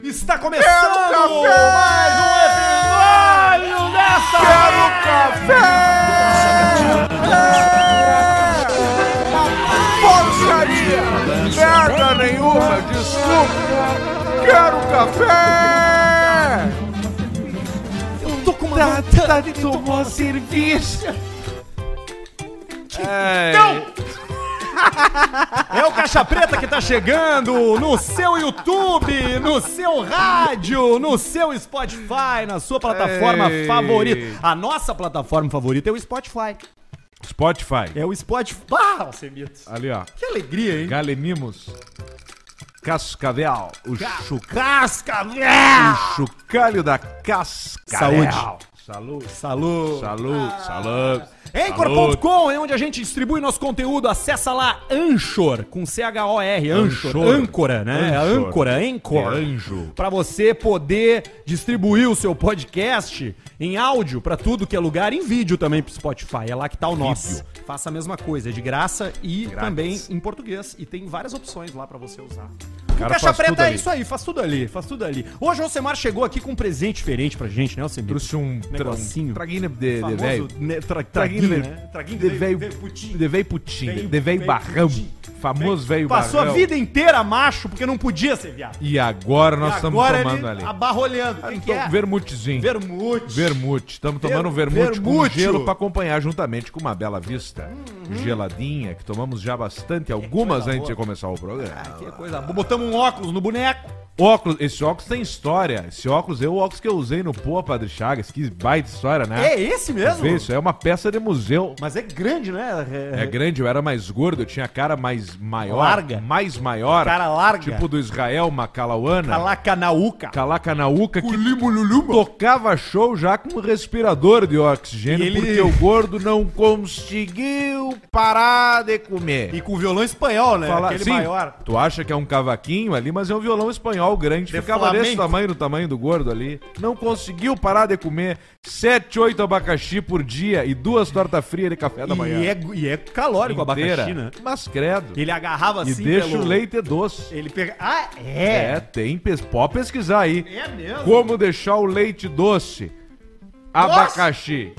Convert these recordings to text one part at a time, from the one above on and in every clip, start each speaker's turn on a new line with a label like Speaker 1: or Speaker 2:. Speaker 1: Está começando mais um episódio dessa
Speaker 2: Quero café! Porcaria! Merda nenhuma, desculpa! Quero café!
Speaker 1: Eu tô com uma vontade de tomar cerveja.
Speaker 2: Então.
Speaker 1: É o Caixa Preta que tá chegando no seu YouTube, no seu rádio, no seu Spotify, na sua plataforma
Speaker 2: Ei.
Speaker 1: favorita. A nossa plataforma favorita é o Spotify.
Speaker 2: Spotify,
Speaker 1: É o Spotify. Ah, Alcemito.
Speaker 2: ali ó,
Speaker 1: Que alegria, hein?
Speaker 2: Galenimos, Cascavel, o chuca-
Speaker 1: Cascavel!
Speaker 2: o chucalho da Cascavel.
Speaker 1: Saúde.
Speaker 2: Saúde!
Speaker 1: Salud.
Speaker 2: Saúde! Saúde!
Speaker 1: Anchor.com é onde a gente distribui nosso conteúdo. Acessa lá Anchor, com C-H-O-R, Anchor.
Speaker 2: Anchor.
Speaker 1: Âncora, né?
Speaker 2: Anchor.
Speaker 1: Âncora, Anchor.
Speaker 2: É anjo.
Speaker 1: Pra você poder distribuir o seu podcast em áudio pra tudo que é lugar, em vídeo também pro Spotify. É lá que tá o nosso. Faça a mesma coisa, é de graça e
Speaker 2: Grátis.
Speaker 1: também em português. E tem várias opções lá pra você usar. O
Speaker 2: cara
Speaker 1: Caixa
Speaker 2: faz tudo
Speaker 1: Preta é
Speaker 2: ali.
Speaker 1: isso aí, faz tudo ali, faz tudo ali. Hoje o Alcemar chegou aqui com um presente diferente pra gente, né, Alcemar?
Speaker 2: Trouxe um, tra
Speaker 1: Negocinho.
Speaker 2: um traguinho de
Speaker 1: famoso
Speaker 2: velho.
Speaker 1: ne- tra-
Speaker 2: Traguinho,
Speaker 1: traguinho,
Speaker 2: né?
Speaker 1: né? Traguinho
Speaker 2: De
Speaker 1: de
Speaker 2: velho
Speaker 1: veio putinho.
Speaker 2: de velho putinho, de
Speaker 1: Veio-
Speaker 2: velho
Speaker 1: veio
Speaker 2: barrão.
Speaker 1: putinho.
Speaker 2: Famoso velho barrão.
Speaker 1: Passou a vida inteira macho porque não podia ser viado.
Speaker 2: E agora nós
Speaker 1: E
Speaker 2: estamos
Speaker 1: agora
Speaker 2: tomando
Speaker 1: ele
Speaker 2: ali.
Speaker 1: abarrolhando. Quem que é?
Speaker 2: Vermutezinho.
Speaker 1: Vermute.
Speaker 2: Vermute. Estamos tomando um
Speaker 1: Ver-
Speaker 2: vermute, com
Speaker 1: vermute.
Speaker 2: gelo para acompanhar juntamente com uma bela vista geladinha que tomamos já bastante, algumas
Speaker 1: coisa
Speaker 2: antes
Speaker 1: boa.
Speaker 2: de começar o programa.
Speaker 1: Ah, que coisa boa. Botamos um óculos no boneco.
Speaker 2: Óculos, esse óculos tem história. Esse óculos é o óculos que eu usei no Pô, Padre Chagas. Que baita história, né?
Speaker 1: É esse mesmo?
Speaker 2: Vê, Isso é uma peça de museu.
Speaker 1: Mas é grande, né?
Speaker 2: É grande, eu era mais gordo, eu tinha a cara mais maior.
Speaker 1: Larga.
Speaker 2: Mais maior.
Speaker 1: Cara larga.
Speaker 2: Tipo do Israel Macalauana.
Speaker 1: Calacanauca.
Speaker 2: Calacanauca que tocava show já com um respirador de oxigênio
Speaker 1: E ele-
Speaker 2: porque o gordo não conseguiu parar de comer.
Speaker 1: E com violão espanhol, né?
Speaker 2: Fala-
Speaker 1: Aquele
Speaker 2: Sim,
Speaker 1: maior.
Speaker 2: Tu acha que é um cavaquinho ali, mas é um violão espanhol grande.
Speaker 1: De
Speaker 2: Ficava desse
Speaker 1: flamenco.
Speaker 2: tamanho, do tamanho do gordo ali. Não conseguiu parar de comer 7, 8 abacaxi por dia e duas tortas frias de café da manhã.
Speaker 1: E é, e é calórico o abacaxi, né?
Speaker 2: Mas credo.
Speaker 1: Ele agarrava assim
Speaker 2: e deixa
Speaker 1: pelo-
Speaker 2: o leite doce.
Speaker 1: Ele pega... Ah,
Speaker 2: É,
Speaker 1: é.
Speaker 2: tem. pes- Pode pesquisar aí.
Speaker 1: É mesmo.
Speaker 2: Como deixar o leite doce? Abacaxi.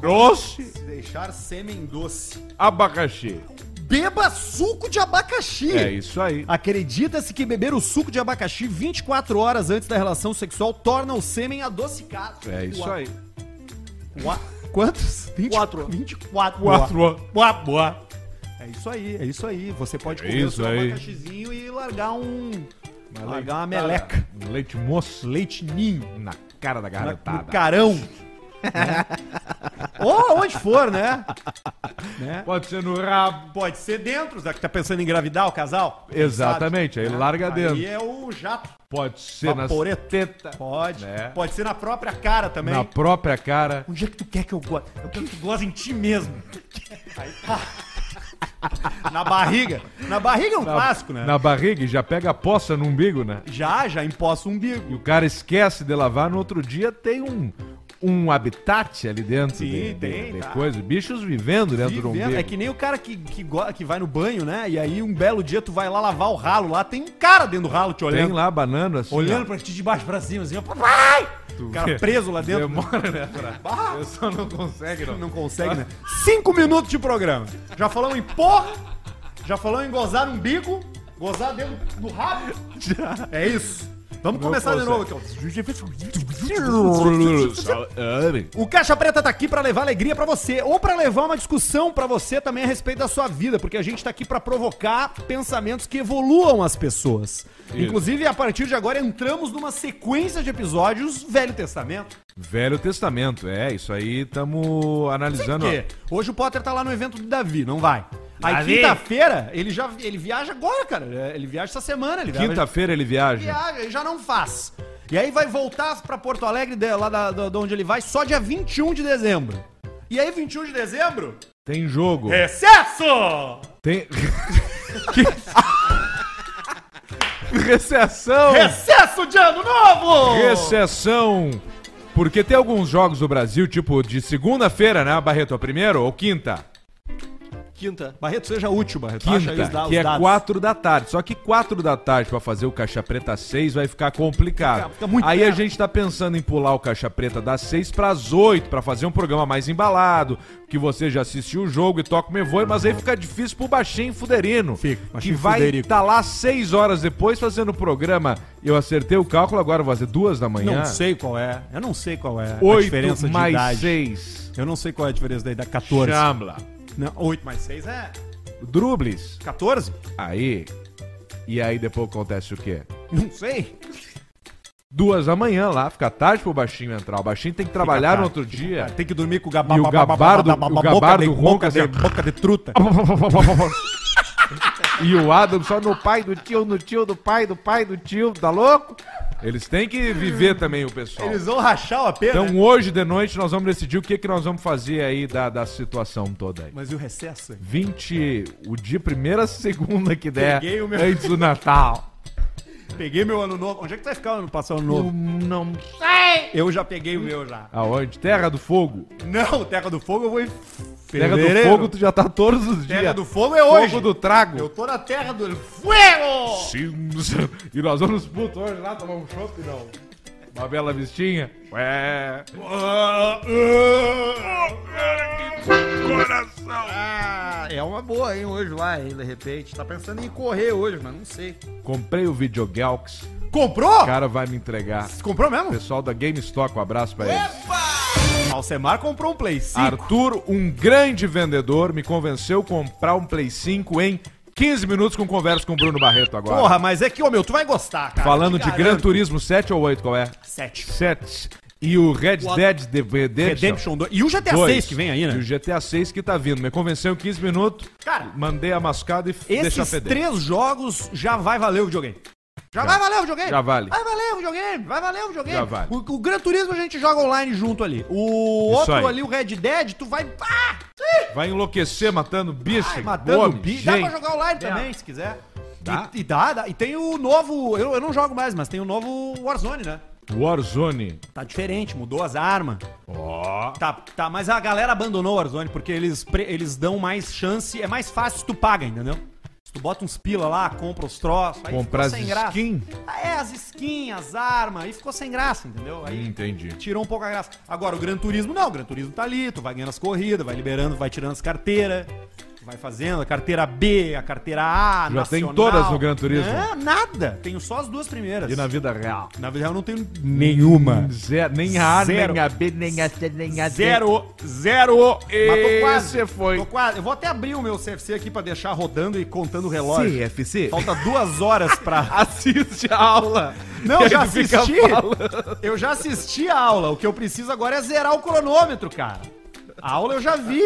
Speaker 2: Doce,
Speaker 1: Deixar sêmen doce.
Speaker 2: abacaxi.
Speaker 1: Beba suco de abacaxi.
Speaker 2: É isso aí.
Speaker 1: Acredita-se que beber o suco de abacaxi 24 horas antes da relação sexual torna o sêmen adocicado.
Speaker 2: É isso
Speaker 1: Ua-
Speaker 2: aí.
Speaker 1: ua- Quantos? 24. 24.
Speaker 2: Quatro.
Speaker 1: Boa, boa. É isso aí, é isso aí. Você pode
Speaker 2: É
Speaker 1: comer o
Speaker 2: isso
Speaker 1: seu
Speaker 2: aí.
Speaker 1: abacaxizinho e largar um...
Speaker 2: Mas
Speaker 1: largar uma
Speaker 2: leite-
Speaker 1: meleca.
Speaker 2: Um Leite moço.
Speaker 1: Leite ninho.
Speaker 2: Na cara tá da
Speaker 1: na- No
Speaker 2: garotada.
Speaker 1: um carão. Né? Ou onde for, né? né?
Speaker 2: Pode ser no rabo.
Speaker 1: Pode ser dentro, já que tá pensando em engravidar o casal.
Speaker 2: Exatamente, aí larga dentro.
Speaker 1: Aí é o jato.
Speaker 2: Pode ser na
Speaker 1: Vaporeta.
Speaker 2: teta.
Speaker 1: Pode.
Speaker 2: Né?
Speaker 1: Pode ser na própria cara também.
Speaker 2: Na própria cara.
Speaker 1: Onde é que tu quer que eu goze? Eu quero que tu goze em ti mesmo. Aí, pá. na barriga. Na barriga é um clássico, né?
Speaker 2: Na barriga e já pega a poça no umbigo, né?
Speaker 1: Já, já empoça o umbigo.
Speaker 2: E o cara esquece de lavar, no outro dia tem um, um habitat ali dentro
Speaker 1: Sim,
Speaker 2: de, de-
Speaker 1: tem,
Speaker 2: de
Speaker 1: tá.
Speaker 2: coisa. Bichos vivendo dentro do
Speaker 1: Vivendo.
Speaker 2: umbigo.
Speaker 1: É que nem o cara que, que, go- que vai no banho, né? E aí um belo dia tu vai lá lavar o ralo lá, tem um cara dentro do ralo te
Speaker 2: Tem
Speaker 1: olhando.
Speaker 2: lá banana assim.
Speaker 1: Olhando pra ti de baixo pra cima, assim, ó. Papai! O cara preso lá dentro.
Speaker 2: Demora, né? Pra...
Speaker 1: Ah!
Speaker 2: Eu só não consegue, não.
Speaker 1: Não consegue, né? Cinco minutos de programa. Já falamos em pó, já falamos em gozar no umbigo, gozar dentro do rabo. É isso. Vamos começar de
Speaker 2: consegue.
Speaker 1: novo aqui, ó. O Caixa Preta tá aqui pra levar alegria pra você ou pra levar uma discussão pra você também a respeito da sua vida, porque a gente tá aqui pra provocar pensamentos que evoluam as pessoas. Inclusive, a partir de agora entramos numa sequência de episódios Velho Testamento.
Speaker 2: Velho Testamento, é, isso aí estamos analisando.
Speaker 1: Porque hoje o Potter tá lá no evento do Davi, não vai. Aí
Speaker 2: Davi!
Speaker 1: quinta-feira ele já ele viaja agora, cara. Ele viaja essa semana, ele
Speaker 2: ó.
Speaker 1: viaja-
Speaker 2: Quinta-feira ele viaja.
Speaker 1: viaja, ele já não faz. E aí vai voltar pra Porto Alegre, de- lá da, da- de onde ele vai, só dia 21 de dezembro. E aí, 21 de dezembro?
Speaker 2: Tem jogo.
Speaker 1: É. Recesso!
Speaker 2: Tem. Que- Recessão!
Speaker 1: Recesso de ano novo!
Speaker 2: Recessão! Porque tem alguns jogos do Brasil, tipo de segunda-feira, né, Barreto? A primeira ou quinta?
Speaker 3: Quinta.
Speaker 1: Barreto, seja útil, Barreto. Acha aí os da-
Speaker 2: Quinta,
Speaker 1: os
Speaker 2: que é
Speaker 1: dados.
Speaker 2: 4 da tarde. Só que 4 da tarde pra fazer o caixa preta às 6 vai ficar complicado.
Speaker 1: Fica- fica muito
Speaker 2: Aí a
Speaker 1: perto.
Speaker 2: gente tá pensando em pular o caixa preta das 6 pras 8 pra fazer um programa mais embalado, que você já assistiu o jogo e toca o mevoi, mas aí fica difícil pro baixinho fuderino,
Speaker 1: Fica,
Speaker 2: que
Speaker 1: baixinho
Speaker 2: vai
Speaker 1: fuderico.
Speaker 2: tá lá 6 horas depois fazendo o programa. Eu acertei o cálculo agora, vou fazer 2 da manhã.
Speaker 1: Não sei qual é. Eu não sei qual é a
Speaker 2: 8
Speaker 1: diferença de
Speaker 2: mais
Speaker 1: idade.
Speaker 2: 6.
Speaker 1: Eu não sei qual é a diferença da idade. 14.
Speaker 2: Chambla.
Speaker 1: Não, 8 mais 6 é
Speaker 2: Drubles.
Speaker 1: 14?
Speaker 2: Aí. E aí depois acontece o quê?
Speaker 1: Não sei.
Speaker 2: duas da manhã lá, fica tarde pro baixinho entrar. O baixinho tem que trabalhar no outro dia.
Speaker 1: Tem que dormir com o gabá,
Speaker 2: E o gabardo- o gabardo
Speaker 1: boca,
Speaker 2: ronca
Speaker 1: de,
Speaker 2: assim, ó.
Speaker 1: boca de truta.
Speaker 2: E o Adam só no pai do tio, no tio do pai, do pai do tio, tá louco? Eles têm que viver também o pessoal.
Speaker 1: Eles vão rachar o AP, né?
Speaker 2: Então hoje de noite nós vamos decidir o que, que nós vamos fazer aí da, da situação toda aí.
Speaker 1: Mas e o recesso? hein?
Speaker 2: 20, o dia primeira segunda que der,
Speaker 1: Peguei o meu-
Speaker 2: antes do Natal.
Speaker 1: Peguei meu ano novo. Onde é que tu vai ficar ano- passar ano
Speaker 2: Eu
Speaker 1: novo?
Speaker 2: não...
Speaker 1: Eu já peguei o meu já.
Speaker 2: Aonde? Terra do Fogo.
Speaker 1: Não, Terra do Fogo eu vou em
Speaker 2: Terra do
Speaker 1: fevereiro.
Speaker 2: Fogo tu já tá todos os dias.
Speaker 1: Terra do Fogo é hoje.
Speaker 2: Fogo do Trago.
Speaker 1: Eu tô na Terra do Fuego!
Speaker 2: Cinza. E nós vamos puto hoje lá tomar um chopp, não. Uma bela vistinha. Ué.
Speaker 3: Ah, é uma boa, hein, hoje lá, hein, de repente. Tá pensando em correr hoje, mas não sei.
Speaker 2: Comprei o Videogelx.
Speaker 1: Comprou?
Speaker 2: O cara vai me entregar.
Speaker 1: Comprou mesmo?
Speaker 2: Pessoal da GameStop, um abraço pra eles.
Speaker 1: Alcemar comprou um Play 5.
Speaker 2: Arthur, um grande vendedor, me convenceu a comprar um Play 5 em 15 minutos com conversa com o Bruno Barreto agora.
Speaker 1: Porra, mas é que, ô meu, tu vai gostar, cara.
Speaker 2: Falando de Gran
Speaker 1: grande
Speaker 2: Turismo 7 ou 8, qual é?
Speaker 1: 7.
Speaker 2: 7. E o Red
Speaker 3: What?
Speaker 2: Dead The Redemption.
Speaker 1: Redemption 2. E o GTA
Speaker 2: Dois.
Speaker 1: 6 que vem aí,
Speaker 2: E o
Speaker 1: né?
Speaker 2: GTA 6 que tá vindo. Me convenceu em 15 minutos.
Speaker 1: Cara,
Speaker 2: mandei a mascada e f- deixa
Speaker 1: Esses
Speaker 2: feder.
Speaker 1: três jogos já vai valer o videogame. Já, vai valer o videogame.
Speaker 2: já vale.
Speaker 1: Vai valer o videogame. Vai valer o videogame.
Speaker 2: Já vale.
Speaker 1: O, o Gran Turismo a gente joga online junto ali. O
Speaker 2: Isso
Speaker 1: outro
Speaker 2: aí.
Speaker 1: ali, o Red Dead, tu vai... Ah,
Speaker 2: Vai enlouquecer matando bicho,
Speaker 1: matando o
Speaker 2: homem,
Speaker 1: bicho. Dá
Speaker 2: gente.
Speaker 1: pra jogar online
Speaker 2: É.
Speaker 1: também, se quiser.
Speaker 2: Dá.
Speaker 1: E, e dá, dá. E tem o novo... Eu, eu não jogo mais, mas tem o novo Warzone, né?
Speaker 2: Warzone.
Speaker 1: Tá diferente, mudou as armas.
Speaker 2: Ó.
Speaker 1: Tá, tá, mas a galera abandonou o Warzone porque eles, pre- eles dão mais chance, é mais fácil se tu paga, entendeu? Se tu bota uns pila lá, compra os troços, aí
Speaker 2: Comprar as
Speaker 1: ficou sem graça.
Speaker 2: skin.
Speaker 1: Ah, é, as skins, as armas, aí ficou sem graça, entendeu? Aí
Speaker 2: Entendi.
Speaker 1: tirou um pouco a graça. Agora, o Gran Turismo não, o Gran Turismo tá ali, tu vai ganhando as corridas, vai liberando, vai tirando as carteiras, tu vai fazendo a carteira B, a carteira A,
Speaker 2: Já tem todas no Gran Turismo.
Speaker 1: Não, nada, tenho só as duas primeiras.
Speaker 2: E na vida real?
Speaker 1: Na verdade, eu não tenho nenhuma.
Speaker 2: Zero. Nem a A,
Speaker 1: Zero.
Speaker 2: nem a B, nem a C, nem a D.
Speaker 1: Zero, zero.
Speaker 2: Esse
Speaker 1: Mas tô quase.
Speaker 2: foi.
Speaker 1: Tô quase. Eu vou até abrir o meu CFC aqui pra deixar rodando e contando o relógio.
Speaker 2: CFC.
Speaker 1: Falta duas horas pra.
Speaker 2: Assiste a aula.
Speaker 1: Não,
Speaker 2: E aí
Speaker 1: já
Speaker 2: tu fica
Speaker 1: assisti.
Speaker 2: falando.
Speaker 1: Eu já assisti a aula. O que eu preciso agora é zerar o cronômetro, cara. A aula eu já vi.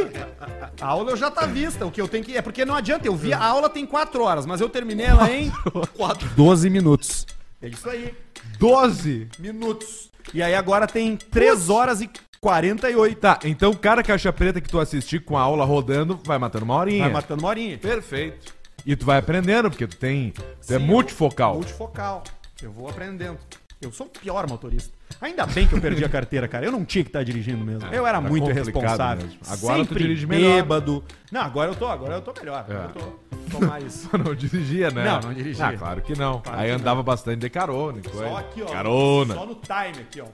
Speaker 1: A aula eu já tá vista. O que eu tenho que. É porque não adianta. Eu vi a aula tem quatro horas, mas eu terminei ela em.
Speaker 3: Quatro.
Speaker 1: 12 minutos. É isso aí.
Speaker 2: 12.
Speaker 1: Minutos. E aí agora tem 3 horas e 48.
Speaker 2: Tá, então o cara caixa preta que tu assistir com a aula rodando vai matando uma horinha.
Speaker 1: Vai matando uma horinha.
Speaker 2: Perfeito. E tu vai aprendendo, porque tu tem. Tu é multifocal.
Speaker 1: Multifocal. Eu vou aprendendo. Eu sou o pior motorista. Ainda bem que eu perdi a carteira, cara. Eu não tinha que estar dirigindo mesmo. eu era
Speaker 2: tá
Speaker 1: muito
Speaker 2: complicado
Speaker 1: irresponsável.
Speaker 2: mesmo. Agora tu
Speaker 1: Sempre
Speaker 2: dirige melhor.
Speaker 1: Bêbado. Não, agora eu tô, agora eu tô melhor. Agora
Speaker 2: É.
Speaker 1: eu tô, tô mais.
Speaker 2: não dirigia, né?
Speaker 1: Não, não dirigia.
Speaker 2: Ah, claro que não.
Speaker 1: Claro
Speaker 2: Aí
Speaker 1: que
Speaker 2: andava bastante de carona. e coisa.
Speaker 1: Só aqui, ó.
Speaker 2: Carona.
Speaker 1: Só no time aqui, ó.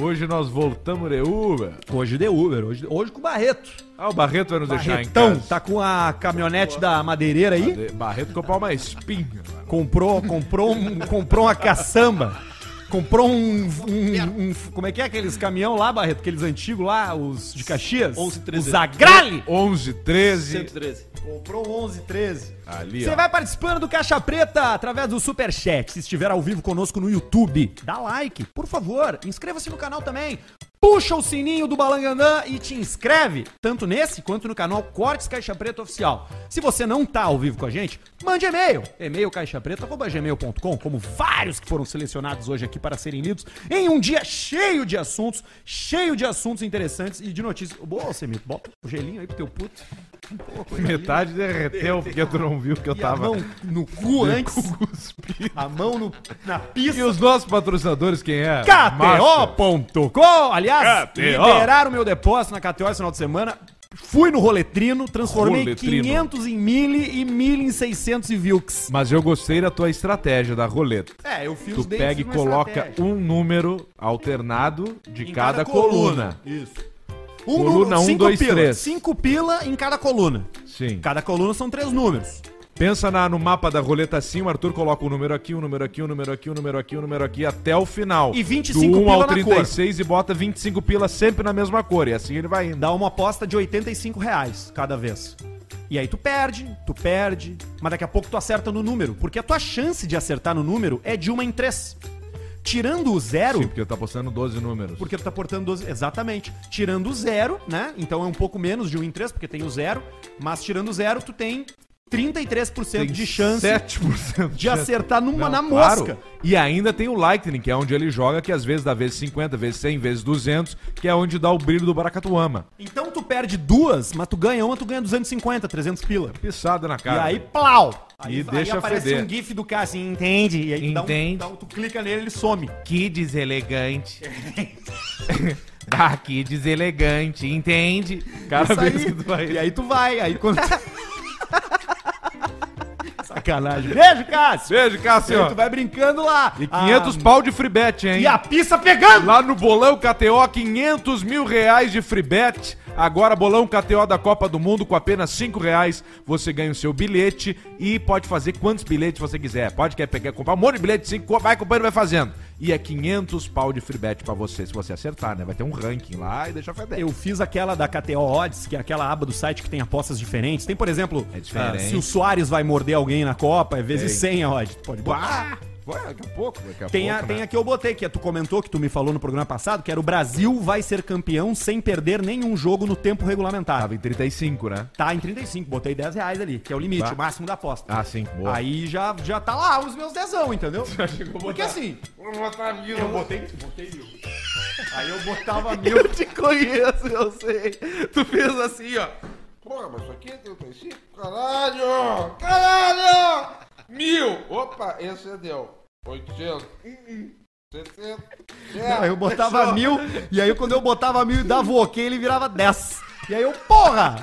Speaker 2: Hoje nós voltamos de Uber.
Speaker 1: Hoje de Uber, hoje, hoje com o Barreto.
Speaker 2: Ah, o Barreto vai nos deixar em
Speaker 1: Barretão,
Speaker 2: casa.
Speaker 1: tá com a caminhonete da madeireira aí.
Speaker 2: De- Barreto comprou uma espinha. mano.
Speaker 1: Comprou, comprou, um, comprou uma caçamba. Comprou um, um- um- Como é que é aqueles caminhão lá, Barreto? Aqueles antigos lá, os de Caxias?
Speaker 3: 11,
Speaker 1: O
Speaker 3: 13.
Speaker 1: Zagrale!
Speaker 2: 11, 13.
Speaker 3: 113.
Speaker 1: Comprou um 11, 13.
Speaker 2: Ali,
Speaker 1: Você
Speaker 2: ó.
Speaker 1: vai participando do Caixa Preta através do Superchat. Se estiver ao vivo conosco no YouTube, dá like, por favor. Inscreva-se no canal também. Puxa o sininho do Balangandã e te inscreve, tanto nesse quanto no canal Cortes Caixa Preta Oficial. Se você não tá ao vivo com a gente, mande e-mail. E-mail caixapreta.gmail.com, como vários que foram selecionados hoje aqui para serem lidos em um dia cheio de assuntos, cheio de assuntos interessantes e de notícias. Boa, Semito, bota o gelinho aí pro teu puto. Pô, coisa
Speaker 2: Metade derreteu porque tu não viu que eu
Speaker 1: e a
Speaker 2: tava.
Speaker 1: mão no cu antes,
Speaker 2: cuspindo.
Speaker 1: a mão no, na
Speaker 2: E
Speaker 1: pista.
Speaker 2: os nossos patrocinadores, quem é? Master.
Speaker 1: KTO.com! Aliás,
Speaker 2: KTO.
Speaker 1: liberaram o meu depósito na KTO esse final de semana. Fui no roletrino, transformei
Speaker 2: Roletrino.
Speaker 1: 500 em mili e mili em 600 e vilks.
Speaker 2: Mas eu gostei da tua estratégia da roleta.
Speaker 1: É, eu fiz
Speaker 2: Tu pega e coloca um número alternado de cada, coluna.
Speaker 1: Isso. Um
Speaker 2: Coluna
Speaker 1: número,
Speaker 2: um,
Speaker 1: cinco
Speaker 2: dois,
Speaker 1: pila.
Speaker 2: três.
Speaker 1: Cinco pila em cada coluna.
Speaker 2: Sim.
Speaker 1: Cada coluna são três números.
Speaker 2: Pensa na- no mapa da roleta assim, o Arthur coloca um número aqui, um número aqui, um número aqui, um número aqui, um número aqui, até o final.
Speaker 1: E 25
Speaker 2: Do um
Speaker 1: pila na
Speaker 2: ao 36 e bota 25 pila sempre na mesma cor. E assim ele vai indo.
Speaker 1: Dá uma aposta de 85 reais cada vez. E aí tu perde, tu perde, mas daqui a pouco tu acerta no número. Porque a tua chance de acertar no número é de uma em três. Tirando o um zero,
Speaker 2: Sim, porque tá postando 12 números.
Speaker 1: Porque tu tá portando 12. Exatamente. Tirando o zero, né? Então é um pouco menos de um em três, porque tem o zero. Mas tirando o zero, tu tem 33%
Speaker 2: Tem
Speaker 1: de chance
Speaker 2: 7%
Speaker 1: de acertar numa
Speaker 2: Não,
Speaker 1: na
Speaker 2: claro.
Speaker 1: mosca.
Speaker 2: E ainda tem o Lightning, que é onde ele joga, que às vezes dá vezes 50, vezes 100, vezes 200, que é onde dá o brilho do Baracatuama.
Speaker 1: Então tu perde duas, mas tu ganha uma, tu ganha 250, 300 pila.
Speaker 2: Pissada na
Speaker 1: e
Speaker 2: cara.
Speaker 1: aí, plau! Aí,
Speaker 2: E deixa
Speaker 1: aparece
Speaker 2: feder.
Speaker 1: um gif do cara assim, entende? E aí tu, dá um-
Speaker 2: Entende.
Speaker 1: dá um- tu clica nele ele some.
Speaker 2: que deselegante. ah, que deselegante, entende? Cada
Speaker 1: Isso
Speaker 2: vez
Speaker 1: aí.
Speaker 2: que tu vai.
Speaker 1: E aí tu vai, aí quando. Sacanagem. Beijo, Cássio!
Speaker 2: Beijo,
Speaker 1: E aí
Speaker 2: Cássio.
Speaker 1: tu vai brincando lá.
Speaker 2: E 500
Speaker 1: Ah,
Speaker 2: pau de free bet, hein?
Speaker 1: E a pista pegando!
Speaker 2: Lá no bolão KTO, 500 mil reais de free bet. Agora, bolão KTO da Copa do Mundo, com apenas 5 reais, você ganha o seu bilhete e pode fazer quantos bilhetes você quiser. Pode quer pegar, comprar um monte de bilhete, cinco, co- vai comprando, vai fazendo. E é 500 pau de free bet pra você, se você acertar, né? Vai ter um ranking lá e deixa feder.
Speaker 1: Eu fiz aquela da KTO Odds, que é aquela aba do site que tem apostas diferentes. Tem, por exemplo,
Speaker 2: É diferente.
Speaker 1: ah, se o Soares vai morder alguém na Copa, é vezes 100 a odd. Pode botar.
Speaker 2: Ah, vai, daqui a pouco, daqui a
Speaker 1: Tem a,
Speaker 2: pouco,
Speaker 1: tem
Speaker 2: né?
Speaker 1: a que eu botei, que é, tu comentou, que tu me falou no programa passado, que era o Brasil vai ser campeão sem perder nenhum jogo no tempo regulamentar.
Speaker 2: Tava em 35, né?
Speaker 1: Tá em 35, botei 10 reais ali, que é o limite,
Speaker 2: Bah.
Speaker 1: o máximo da aposta.
Speaker 2: Ah, sim, boa.
Speaker 1: Aí já, já tá lá os meus dezão, entendeu? Porque assim, eu botei, botei mil. Aí eu botava mil.
Speaker 4: Eu te conheço, eu sei. Tu fez assim, ó. Porra, mas isso aqui é 35? Caralho! Caralho! Mil! Opa, esse é deu. 800. Hum, hum. 60.
Speaker 1: Não, eu botava mil, e aí quando eu botava mil e dava o ok, ele virava 10. E aí eu, porra,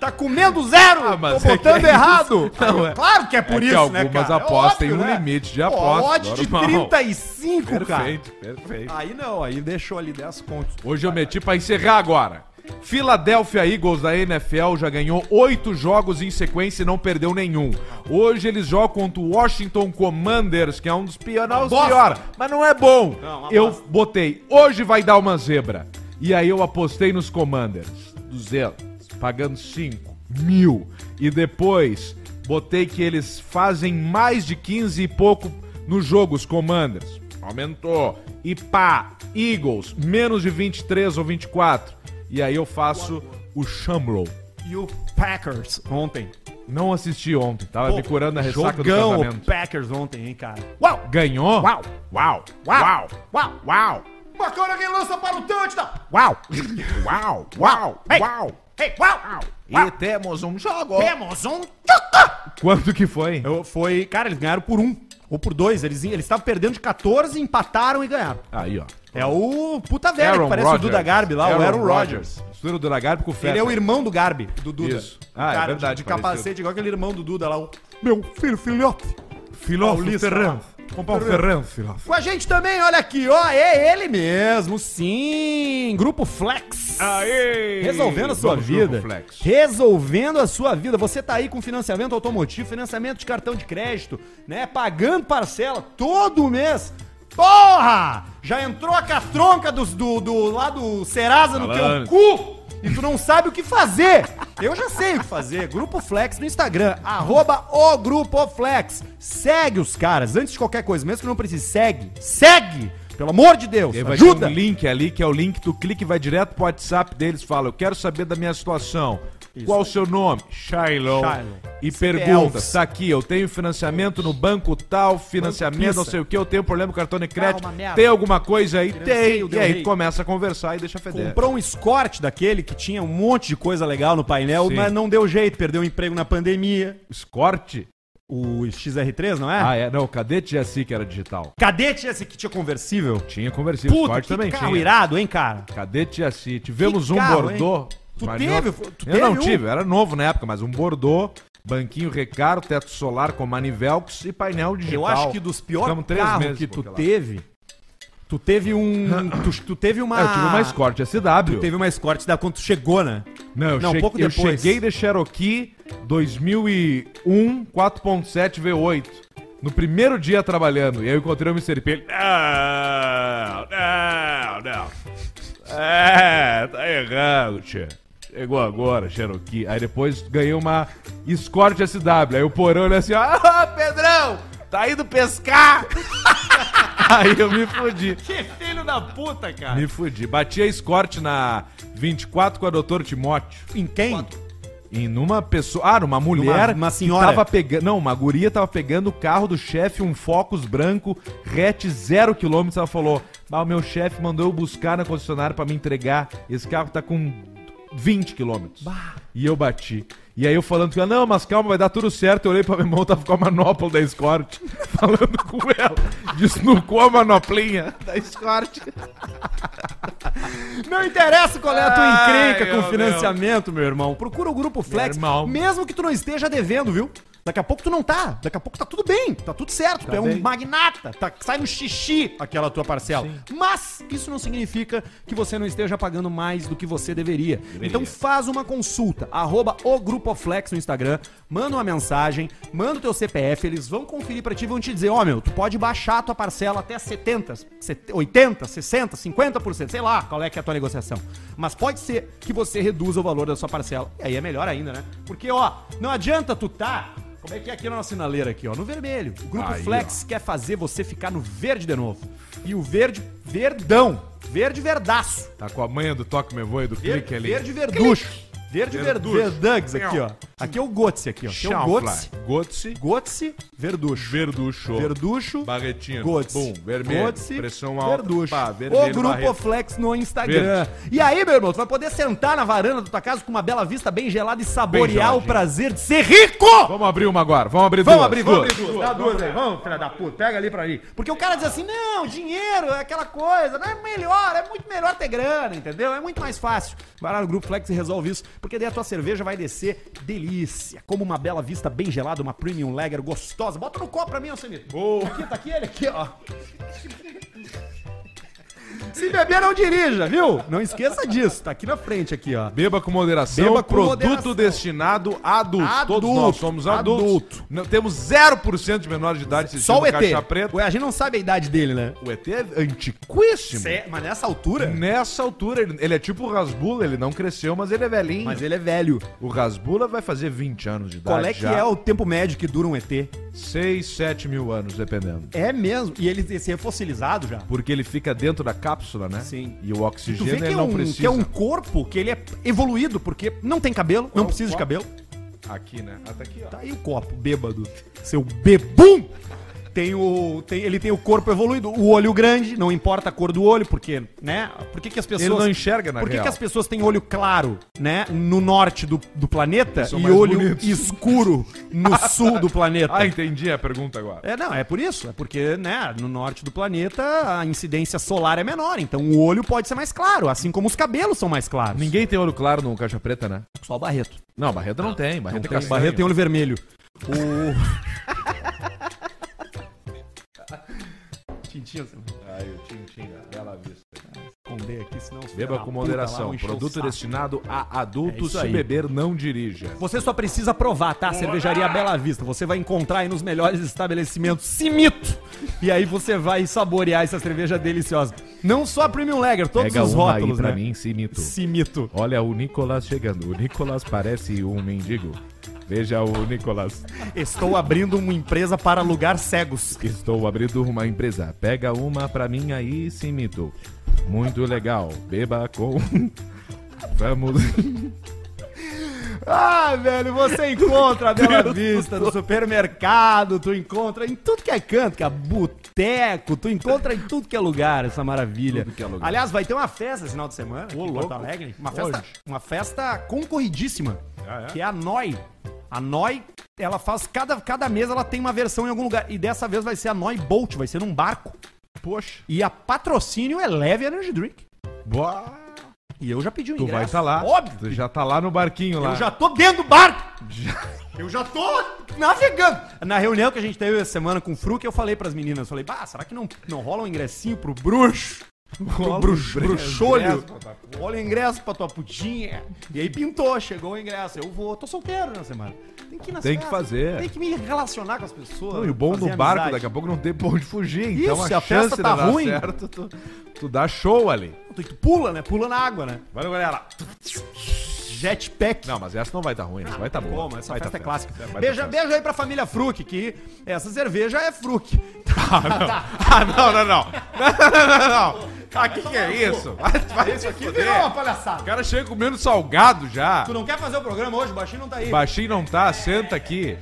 Speaker 1: tá comendo zero,
Speaker 2: Ah, mas
Speaker 1: tô
Speaker 2: é
Speaker 1: botando
Speaker 2: que é
Speaker 1: errado.
Speaker 2: isso. Não, é-
Speaker 1: Claro que é por
Speaker 2: que
Speaker 1: isso, né,
Speaker 2: algumas
Speaker 1: cara?
Speaker 2: apostas
Speaker 1: óbvio,
Speaker 2: têm um limite de
Speaker 1: Pô,
Speaker 2: aposta,
Speaker 1: odd de
Speaker 2: normal.
Speaker 1: 35, cara.
Speaker 2: Perfeito, perfeito.
Speaker 1: Aí não, aí deixou ali 10 contos.
Speaker 2: Hoje eu meti pra encerrar agora. Philadelphia Eagles da NFL já ganhou oito jogos em sequência e não perdeu nenhum. Hoje eles jogam contra o Washington Commanders, que é um dos piores, não, os
Speaker 1: bosta.
Speaker 2: pior, mas não é bom.
Speaker 1: Não, uma
Speaker 2: eu
Speaker 1: bosta.
Speaker 2: botei, hoje vai dar uma zebra. E aí eu apostei nos Commanders, 200, pagando 5 mil. E depois botei que eles fazem mais de 15 e pouco no jogo, os Commanders. Aumentou. E pá, Eagles, menos de 23 ou 24. E aí eu faço o Shamlow.
Speaker 1: E o Packers ontem.
Speaker 2: Não assisti ontem, tava Tá me curando a ressaca do
Speaker 1: jogão o
Speaker 2: casamento.
Speaker 1: Packers ontem, hein, cara. Uau!
Speaker 2: Ganhou?
Speaker 1: Uau.
Speaker 2: Uau!
Speaker 1: Uau!
Speaker 2: Uau!
Speaker 1: Uau!
Speaker 2: Uau!
Speaker 1: Bacana quem lança para o touchdown!
Speaker 2: Uau! Uau! Uau!
Speaker 1: Ei.
Speaker 2: Uau!
Speaker 1: Ei, uau!
Speaker 2: E temos um jogo!
Speaker 1: Temos um
Speaker 2: Quanto que foi?
Speaker 1: Eu, foi. Cara, eles ganharam por um. Ou por dois. Eles eles estavam perdendo de 14, empataram e ganharam.
Speaker 2: Aí, ó.
Speaker 1: É o puta velho que parece o Duda Garbi lá, o Aaron Rodgers.
Speaker 2: Mistura o Duda Garbi com o Feta.
Speaker 1: Ele é o irmão do Garbi, do Duda.
Speaker 2: Isso.
Speaker 1: O
Speaker 2: Ah, é
Speaker 1: cara
Speaker 2: verdade,
Speaker 1: De, de
Speaker 2: parecido.
Speaker 1: capacete, igual aquele irmão do Duda lá. O, meu filho, filhote.
Speaker 2: Filó,
Speaker 1: Paulista.
Speaker 2: Ferran. Comprar um Ferran, Filó.
Speaker 1: Com a gente também, olha aqui, ó. É ele mesmo, sim. Grupo Flex.
Speaker 2: Aê!
Speaker 1: Resolvendo a sua
Speaker 2: Vamos,
Speaker 1: vida.
Speaker 2: Grupo Flex.
Speaker 1: Resolvendo a sua vida. Você tá aí com financiamento automotivo, financiamento de cartão de crédito, né? Pagando parcela todo mês. Porra! Já entrou a catronca dos, do, do, lá do Serasa no teu
Speaker 2: Falando.
Speaker 1: cu e tu não sabe o que fazer. Eu já sei o que fazer. Grupo Flex no Instagram, arroba o Grupo Flex. Segue os caras. Antes de qualquer coisa, mesmo que não precise, segue. Segue! Pelo amor de Deus,
Speaker 2: E aí vai ter
Speaker 1: ajuda!
Speaker 2: um link ali, que é o link, tu clica e vai direto pro WhatsApp deles, fala, eu quero saber da minha situação. Qual o seu nome? Shailon.
Speaker 1: Shailon. é
Speaker 2: E
Speaker 1: CPF.
Speaker 2: pergunta, tá aqui, eu tenho financiamento no banco tal, financiamento, não
Speaker 1: Pisa.
Speaker 2: sei o que, eu tenho problema com cartão de crédito,
Speaker 1: Tá uma merda.
Speaker 2: tem alguma coisa aí?
Speaker 1: Financeio,
Speaker 2: Tem. E
Speaker 1: deu
Speaker 2: aí
Speaker 1: rei.
Speaker 2: tu começa a conversar e deixa feder.
Speaker 1: Comprou um Escort daquele que tinha um monte de coisa legal no painel,
Speaker 2: Sim.
Speaker 1: mas não deu jeito, perdeu o emprego na pandemia.
Speaker 2: Escorte?
Speaker 1: O XR3, não é?
Speaker 2: Ah, é, não, cadete já sei que era digital.
Speaker 1: Cadete esse que tinha conversível?
Speaker 2: Tinha conversível,
Speaker 1: Puta,
Speaker 2: Escort
Speaker 1: que
Speaker 2: também
Speaker 1: carro
Speaker 2: tinha.
Speaker 1: irado, hein, cara?
Speaker 2: Cadete Jaci. Tivemos
Speaker 1: Que
Speaker 2: um
Speaker 1: carro,
Speaker 2: Bordeaux
Speaker 1: Tu
Speaker 2: Imagina-
Speaker 1: teve? Tu
Speaker 2: eu
Speaker 1: teve
Speaker 2: não
Speaker 1: um?
Speaker 2: tive, eu era novo na época, mas um Bordeaux, banquinho recaro, teto solar com manivelcos e painel digital.
Speaker 1: Eu acho que dos piores
Speaker 2: Ficamos três
Speaker 1: carros
Speaker 2: meses
Speaker 1: que
Speaker 2: com
Speaker 1: tu
Speaker 2: aquela-
Speaker 1: teve, tu teve um. Tu, tu teve uma.
Speaker 2: É, eu tive uma Escort SW.
Speaker 1: Ah! Tu teve uma Escort da quando tu chegou, né?
Speaker 2: Não, eu,
Speaker 1: Não,
Speaker 2: cheguei,
Speaker 1: pouco
Speaker 2: eu
Speaker 1: depois.
Speaker 2: cheguei de Cherokee 2001 4.7 V8. No primeiro dia trabalhando, e aí eu encontrei o Mr. P. Ele, não, não, não. É, tá errado, tchê. Chegou agora, Cherokee. Aí depois ganhei uma Escort SW. Aí o porão olhou assim: ó, ah, Pedrão, tá indo pescar. aí eu me fudi.
Speaker 1: Que filho da puta, cara.
Speaker 2: Me fudi. Bati a Escort na 24 com a Dr. Timóteo.
Speaker 1: Em quem?
Speaker 2: E numa pessoa. Ah, numa mulher.
Speaker 1: Numa- uma senhora.
Speaker 2: Que tava pegando. Não, uma guria tava pegando o carro do chefe, um Focus branco, rete zero quilômetro. Ela falou: Ah, o meu chefe mandou eu buscar na concessionária pra me entregar. Esse carro tá com 20 quilômetros. E eu bati. E aí eu falando com ela, não, mas calma, vai dar tudo certo. Eu olhei pra minha irmã, tava com a manopla da Escort. Falando com ela. Desnucou a manoplinha da Escort.
Speaker 1: Não interessa qual é a tua
Speaker 2: Ai,
Speaker 1: encrenca com
Speaker 2: meu
Speaker 1: financiamento, meu irmão. Procura o Grupo Flex,
Speaker 2: irmão.
Speaker 1: mesmo que tu não esteja devendo, viu? Daqui a pouco tu não tá, daqui a pouco tá tudo bem, tá tudo certo, tu é um
Speaker 2: bem.
Speaker 1: magnata, tá, sai no xixi aquela tua parcela. Mas isso não significa que você não esteja pagando mais do que você deveria. Então faz uma consulta, arroba o Grupo Flex no Instagram, manda uma mensagem, manda o teu CPF, eles vão conferir pra ti e vão te dizer, ó meu, tu pode baixar a tua parcela até 70, 70, 80, 60, 50%, sei lá qual é que é a tua negociação. Mas pode ser que você reduza o valor da sua parcela. E aí é melhor ainda, né? Porque, ó, não adianta tu tá... Como é que é aqui na nossa sinaleira aqui, ó? No vermelho. O Grupo
Speaker 2: Aí,
Speaker 1: Flex quer fazer você ficar no verde de novo. E o verde, verdão. Verde verdaço.
Speaker 2: Tá com a manha do toque me voe do
Speaker 1: Ver-
Speaker 2: clique ali.
Speaker 1: Verde verducho. Verde verducho.
Speaker 2: Verducho.
Speaker 1: Verdugs aqui, ó. Aqui é o Gotse aqui, ó. Aqui é o Gotse.
Speaker 2: Gotse.
Speaker 1: Gotse, verducho.
Speaker 2: Verducho.
Speaker 1: Verducho.
Speaker 2: Barretinho.
Speaker 1: Gotse.
Speaker 2: Bum, vermelho.
Speaker 1: Gotse,
Speaker 2: Pressão alta.
Speaker 1: Verducho.
Speaker 2: Pá, vermelho,
Speaker 1: o Grupo
Speaker 2: barreto.
Speaker 1: Flex no Instagram. E aí, meu irmão, tu vai poder sentar na varanda da tua casa com uma bela vista bem gelada e saborear o
Speaker 2: geladinha.
Speaker 1: prazer de ser rico!
Speaker 2: Vamos abrir uma agora. Vamos abrir
Speaker 1: Vamos
Speaker 2: duas.
Speaker 1: abrir, vamos
Speaker 2: duas.
Speaker 1: abrir duas. Dá duas aí, vamos, filha da puta, pega ali pra mim. Porque o cara diz assim, não, dinheiro é aquela coisa, não é melhor, é muito melhor ter grana, entendeu? É muito mais fácil. Vai lá no Grupo Flex e resolve isso, porque daí a tua cerveja vai descer delícia, como uma bela vista bem gelada, uma Premium Lager gostosa. Bota no copo pra mim, Alcemito.
Speaker 2: Boa.
Speaker 1: Aqui, tá aqui ele aqui, ó. Se beber, não dirija, viu? Não esqueça disso, tá aqui na frente aqui, ó.
Speaker 2: Beba com moderação.
Speaker 1: Beba com
Speaker 2: produto
Speaker 1: moderação.
Speaker 2: destinado a adultos. Todos
Speaker 1: Adulto,
Speaker 2: nós somos adultos.
Speaker 1: adulto.
Speaker 2: Não, temos 0% de menor de idade assistindo
Speaker 1: Só o ET.
Speaker 2: Caixa Preta.
Speaker 1: Ué, A gente não sabe a idade dele, né?
Speaker 2: O ET é antiquíssimo.
Speaker 1: Cê- mas nessa altura...
Speaker 2: é. Nessa altura, ele, ele é tipo o Rasbula, ele não cresceu, mas ele é velhinho.
Speaker 1: Mas ele é velho.
Speaker 2: O Rasbula vai fazer 20 anos de idade
Speaker 1: Qual é que
Speaker 2: já.
Speaker 1: é o tempo médio que dura um ET?
Speaker 2: 6, 7 mil anos, dependendo.
Speaker 1: É mesmo. E ele esse é fossilizado já.
Speaker 2: Porque ele fica dentro da cápsula, né?
Speaker 1: Sim.
Speaker 2: E o
Speaker 1: Tu
Speaker 2: oxigênio
Speaker 1: vê que
Speaker 2: ele
Speaker 1: é,
Speaker 2: não
Speaker 1: um,
Speaker 2: precisa.
Speaker 1: que é um corpo que ele é evoluído, porque não tem cabelo, não precisa de
Speaker 2: qual-
Speaker 1: cabelo.
Speaker 2: Aqui, né? Até aqui, ó.
Speaker 1: Tá aí o copo, bêbado. Seu bebum! Tem o, tem, ele tem o corpo evoluído, o olho grande, não importa a cor do olho, porque, né? Por que, que as pessoas.
Speaker 2: Ele não enxerga, na
Speaker 1: Por que,
Speaker 2: real.
Speaker 1: que as pessoas têm olho claro, né? No norte do, do planeta
Speaker 2: são
Speaker 1: e
Speaker 2: mais
Speaker 1: olho
Speaker 2: bonitos.
Speaker 1: escuro no sul do planeta?
Speaker 2: Ah, entendi a pergunta agora.
Speaker 1: É, não, é por isso. É porque, né, no norte do planeta a incidência solar é menor, então o olho pode ser mais claro, assim como os cabelos são mais claros.
Speaker 2: Ninguém tem olho claro no caixa preta, né?
Speaker 1: Só o Barreto.
Speaker 2: Não, Barreto não tem. Barreto é
Speaker 1: Tem um
Speaker 2: tem castanho.
Speaker 1: Barreto tem olho vermelho. O. Tintinha, você
Speaker 2: Ai, o Tintin, da Bela Vista. Tá
Speaker 1: esconder aqui, senão os filha
Speaker 2: Beba
Speaker 1: da
Speaker 2: com
Speaker 1: puta
Speaker 2: moderação.
Speaker 1: lá vão encher o
Speaker 2: Produto
Speaker 1: saco.
Speaker 2: destinado a adultos.
Speaker 1: É isso
Speaker 2: se
Speaker 1: aí.
Speaker 2: beber, não dirija.
Speaker 1: Você só precisa provar, tá? Cervejaria Bela Vista. Você vai encontrar aí nos melhores estabelecimentos Simito. E aí você vai saborear essa cerveja deliciosa. Não só a Premium Lager, todos os rótulos, né?
Speaker 2: se mito.
Speaker 1: Simito.
Speaker 2: Olha o Nicolas chegando. O Nicolas parece um mendigo. Veja o Nicolas.
Speaker 1: Estou abrindo uma empresa para alugar cegos.
Speaker 2: Estou abrindo uma empresa. Pega uma pra mim aí, Simito. Muito legal. Beba com. Vamos.
Speaker 1: Ah, velho, você encontra a Bela Vista no supermercado, tu encontra em tudo que é canto, que é boteco, tu encontra em tudo que é lugar essa maravilha.
Speaker 2: Tudo que é lugar.
Speaker 1: Aliás, vai ter uma festa esse final de semana aqui em Porto
Speaker 2: louco.
Speaker 1: Alegre. Uma festa,
Speaker 2: Hoje.
Speaker 1: uma festa concorridíssima,
Speaker 2: Ah, é?
Speaker 1: que é a NOI. A NOI, ela faz, cada, cada mês ela tem uma versão em algum lugar. E dessa vez vai ser a NOI Bolt, vai ser num barco.
Speaker 2: Poxa.
Speaker 1: E a patrocínio é Leve Energy Drink.
Speaker 2: Boa.
Speaker 1: E eu já pedi um
Speaker 2: Tu vai
Speaker 1: ingresso.
Speaker 2: estar lá.
Speaker 1: Óbvio.
Speaker 2: Tu já tá lá no barquinho lá.
Speaker 1: Eu já tô dentro do barco. Eu já tô navegando. Na reunião que a gente teve essa semana com o Fruc, eu falei pras meninas, falei, bah, será que não, não rola um ingressinho pro bruxo? Pro
Speaker 2: Rola um
Speaker 1: bruxo,
Speaker 2: ingresso
Speaker 1: bruxolho.
Speaker 2: pra tua puta.
Speaker 1: Olha o um ingresso pra tua putinha. E aí pintou, chegou o ingresso. Eu vou, tô solteiro na semana. Tem que ir nas
Speaker 2: Tem que fazer.
Speaker 1: Tem que me relacionar com as pessoas.
Speaker 2: Não, e o bom
Speaker 1: fazer
Speaker 2: do barco,
Speaker 1: amizade.
Speaker 2: daqui a pouco não tem pra onde fugir. Então
Speaker 1: Isso,
Speaker 2: a,
Speaker 1: se a festa
Speaker 2: chance de
Speaker 1: tá
Speaker 2: dar
Speaker 1: ruim-
Speaker 2: certo, tu, tu dá show ali.
Speaker 1: Tu tu pula, né? Pula na água, né?
Speaker 2: Valeu, galera.
Speaker 1: Jetpack.
Speaker 2: Não, mas essa não vai estar ruim, essa vai estar boa.
Speaker 1: Como? Essa
Speaker 2: vai
Speaker 1: festa
Speaker 2: tá
Speaker 1: é clássica.
Speaker 2: Essa vai
Speaker 1: Beijo,
Speaker 2: tá
Speaker 1: beijo aí pra família Fruc, que essa cerveja é Fruc.
Speaker 2: Ah, não, não, não. Não, não, não, não. Ah, que que é isso? Vai, vai
Speaker 1: Isso Tá aqui
Speaker 2: foder.
Speaker 1: virou uma
Speaker 2: O
Speaker 1: palhaçada.
Speaker 2: cara chega comendo salgado já.
Speaker 1: Tu não quer fazer o programa hoje? O baixinho não tá aí.
Speaker 2: Baixinho não tá, senta aqui.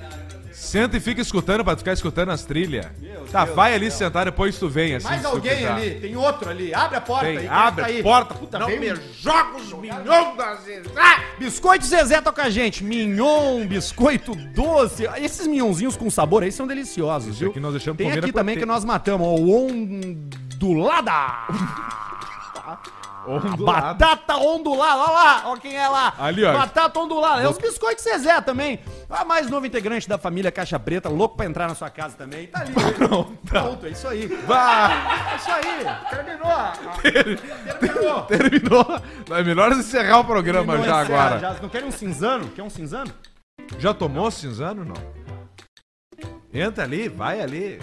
Speaker 2: Senta e fica escutando pra tu ficar escutando as trilhas. Tá, vai ali sentar, depois tu vem. Assim,
Speaker 1: Mais
Speaker 2: se tu
Speaker 1: alguém
Speaker 2: quiser.
Speaker 1: ali, tem outro ali. Abre a porta aí.
Speaker 2: Tem,
Speaker 1: quem
Speaker 2: abre
Speaker 1: tá aí?
Speaker 2: a porta, puta,
Speaker 1: Não,
Speaker 2: não me
Speaker 1: meu.
Speaker 2: joga os milhões das vezes. Ah!
Speaker 1: Biscoito Zezé tá com a gente. Mignon, biscoito doce. Esses minhãozinhos com sabor aí são deliciosos,
Speaker 2: Esse
Speaker 1: viu?
Speaker 2: aqui nós deixamos
Speaker 1: Tem
Speaker 2: comer
Speaker 1: aqui
Speaker 2: na
Speaker 1: também
Speaker 2: proteína.
Speaker 1: que nós matamos. ó, O ondulada. A
Speaker 2: Ondulado.
Speaker 1: batata ondulada, olha lá, olha quem é lá.
Speaker 2: Ali, ó.
Speaker 1: Batata ondulada, é os biscoitos Zezé também. Ah, mais novo integrante da família Caixa Preta, louco pra entrar na sua casa também. Tá ali. Pronto, é isso aí.
Speaker 2: Bah,
Speaker 1: É isso aí. Terminou. a- a- Terminou.
Speaker 2: terminou. É melhor encerrar o programa
Speaker 1: Terminou
Speaker 2: já
Speaker 1: esse-
Speaker 2: agora. Já,
Speaker 1: já- não querem um cinzano? Quer um cinzano?
Speaker 2: tomou cinzano não? Entra ali, vai ali.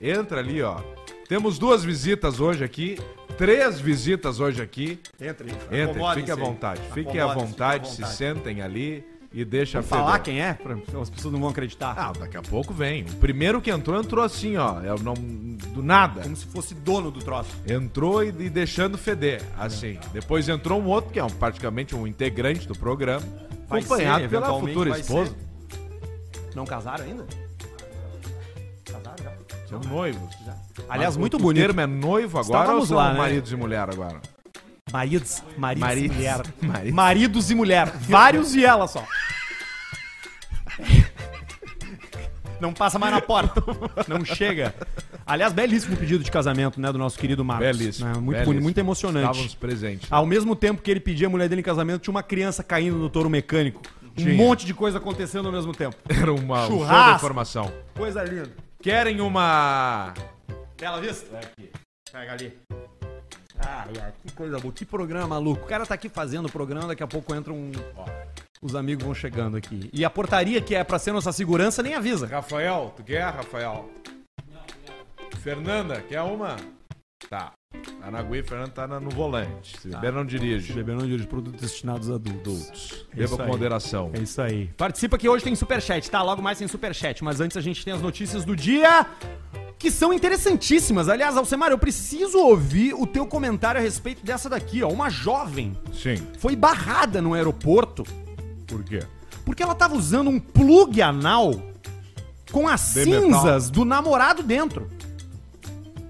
Speaker 2: Entra ali, ó. Temos duas visitas hoje aqui. Três visitas hoje aqui.
Speaker 1: Entra aí.
Speaker 2: Entrem,
Speaker 1: acomodem-se
Speaker 2: fiquem à
Speaker 1: aí.
Speaker 2: vontade. Fiquem à
Speaker 1: Acomodem-se,
Speaker 2: vontade, se
Speaker 1: fiquem à
Speaker 2: sentem ali e deixa
Speaker 1: Vou falar
Speaker 2: feder.
Speaker 1: quem é, pra- as pessoas não vão acreditar.
Speaker 2: Ah, daqui a pouco vem. O primeiro que entrou, entrou assim, ó. Eu não, do nada.
Speaker 1: Como se fosse dono do troço.
Speaker 2: Entrou e, e deixando feder, assim. Depois entrou um outro, que é um- praticamente um integrante do programa,
Speaker 1: Vai
Speaker 2: acompanhado
Speaker 1: ser,
Speaker 2: pela
Speaker 1: eventualmente
Speaker 2: futura
Speaker 1: vai
Speaker 2: esposa.
Speaker 1: Não casaram ainda? Casaram já?
Speaker 2: São noivos.
Speaker 1: Aliás,
Speaker 2: Mas
Speaker 1: muito
Speaker 2: o
Speaker 1: bonito.
Speaker 2: termo é noivo agora
Speaker 1: Estávamos
Speaker 2: ou são
Speaker 1: lá, né?
Speaker 2: maridos e mulher agora?
Speaker 1: Maridos, maridos,
Speaker 2: Maridos.
Speaker 1: e mulher.
Speaker 2: Maridos.
Speaker 1: Maridos e mulher. Vários e ela só. Não passa mais na porta. Não chega. Aliás, belíssimo pedido de casamento, né, do nosso querido Marcos.
Speaker 2: Belíssimo.
Speaker 1: Né, Muito
Speaker 2: belíssimo.
Speaker 1: bonito, muito emocionante. Ah,
Speaker 2: Estávamos presentes.
Speaker 1: Ao mesmo tempo que ele pedia a mulher dele em casamento, tinha uma criança caindo no touro mecânico.
Speaker 2: Tinha.
Speaker 1: Um monte de coisa acontecendo ao mesmo tempo.
Speaker 2: Era uma um show de
Speaker 1: Churrasco.
Speaker 2: informação.
Speaker 1: Coisa linda.
Speaker 2: Querem uma.
Speaker 1: Bela vista? Pega ali. Ah, que coisa boa. Que programa maluco. O cara tá aqui fazendo o programa, daqui a pouco entra um. Os amigos vão chegando aqui. E a portaria que é pra ser nossa segurança nem avisa.
Speaker 2: Rafael, tu quer, Rafael? Fernanda, quer uma? Tá. A Nagui Fernanda tá na- no volante.
Speaker 1: Tá.
Speaker 2: Se beber, não dirige.
Speaker 1: Beberão de hoje, produtos destinados a adultos. É
Speaker 2: Beba
Speaker 1: isso
Speaker 2: com
Speaker 1: aí.
Speaker 2: moderação.
Speaker 1: É isso aí. Participa que hoje tem superchat, tá? Logo mais tem superchat. Mas antes a gente tem as notícias do dia que são interessantíssimas. Aliás, Alcemar, eu preciso ouvir o teu comentário a respeito dessa daqui, ó. Uma jovem
Speaker 2: Sim.
Speaker 1: foi barrada no aeroporto
Speaker 2: Por quê?
Speaker 1: porque ela tava usando um plug anal com as
Speaker 2: De
Speaker 1: cinzas do namorado dentro.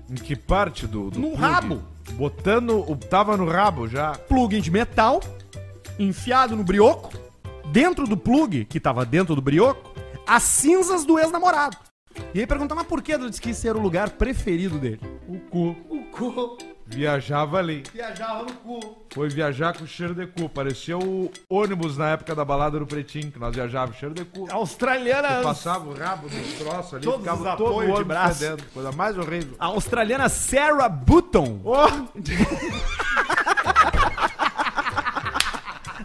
Speaker 2: Em que parte do. do
Speaker 1: No rabo.
Speaker 2: Botando. O, tava no rabo já.
Speaker 1: Plug de metal enfiado no brioco, dentro do plug que tava dentro do brioco, as cinzas do ex-namorado. E aí perguntou, mas por que? Ela disse que esse era o lugar preferido dele.
Speaker 2: O cu.
Speaker 1: O cu
Speaker 2: Viajava ali.
Speaker 1: viajava no cu.
Speaker 2: Foi viajar com cheiro de cu. Parecia o ônibus na época da balada do Pretinho, que nós viajávamos cheiro de cu.
Speaker 1: Australiana.
Speaker 2: Passava o rabo nos troços ali,
Speaker 1: Todos os
Speaker 2: ficava todo o
Speaker 1: apoios de
Speaker 2: ônibus
Speaker 1: braço.
Speaker 2: fedendo. Coisa mais horrível.
Speaker 1: A australiana Sarah Button.
Speaker 2: Oh.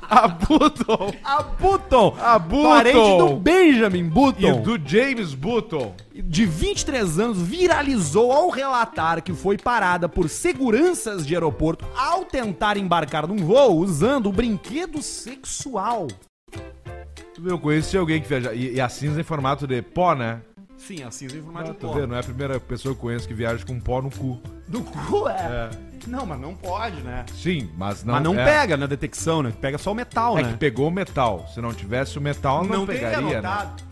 Speaker 2: A Button.
Speaker 1: A Button.
Speaker 2: A Button.
Speaker 1: Parente do Benjamin Button.
Speaker 2: E do James Button.
Speaker 1: de 23 anos viralizou ao relatar que foi parada por seguranças de aeroporto ao tentar embarcar num voo usando o brinquedo sexual.
Speaker 2: Eu conheci alguém que viaja. E, e a cinza em formato de pó, né?
Speaker 1: Sim, assim, em
Speaker 2: Ah,
Speaker 1: formato de
Speaker 2: tu vê, não é a primeira pessoa que eu conheço que viaja com pó no cu.
Speaker 1: Do cu, é.
Speaker 2: É.
Speaker 1: Não, mas não pode, né?
Speaker 2: Sim, mas não.
Speaker 1: mas não
Speaker 2: é,
Speaker 1: pega na detecção, né? Pega só o metal,
Speaker 2: É
Speaker 1: né?
Speaker 2: que pegou o metal. Se não tivesse o metal, não,
Speaker 1: teria
Speaker 2: pegaria, né?
Speaker 1: notado.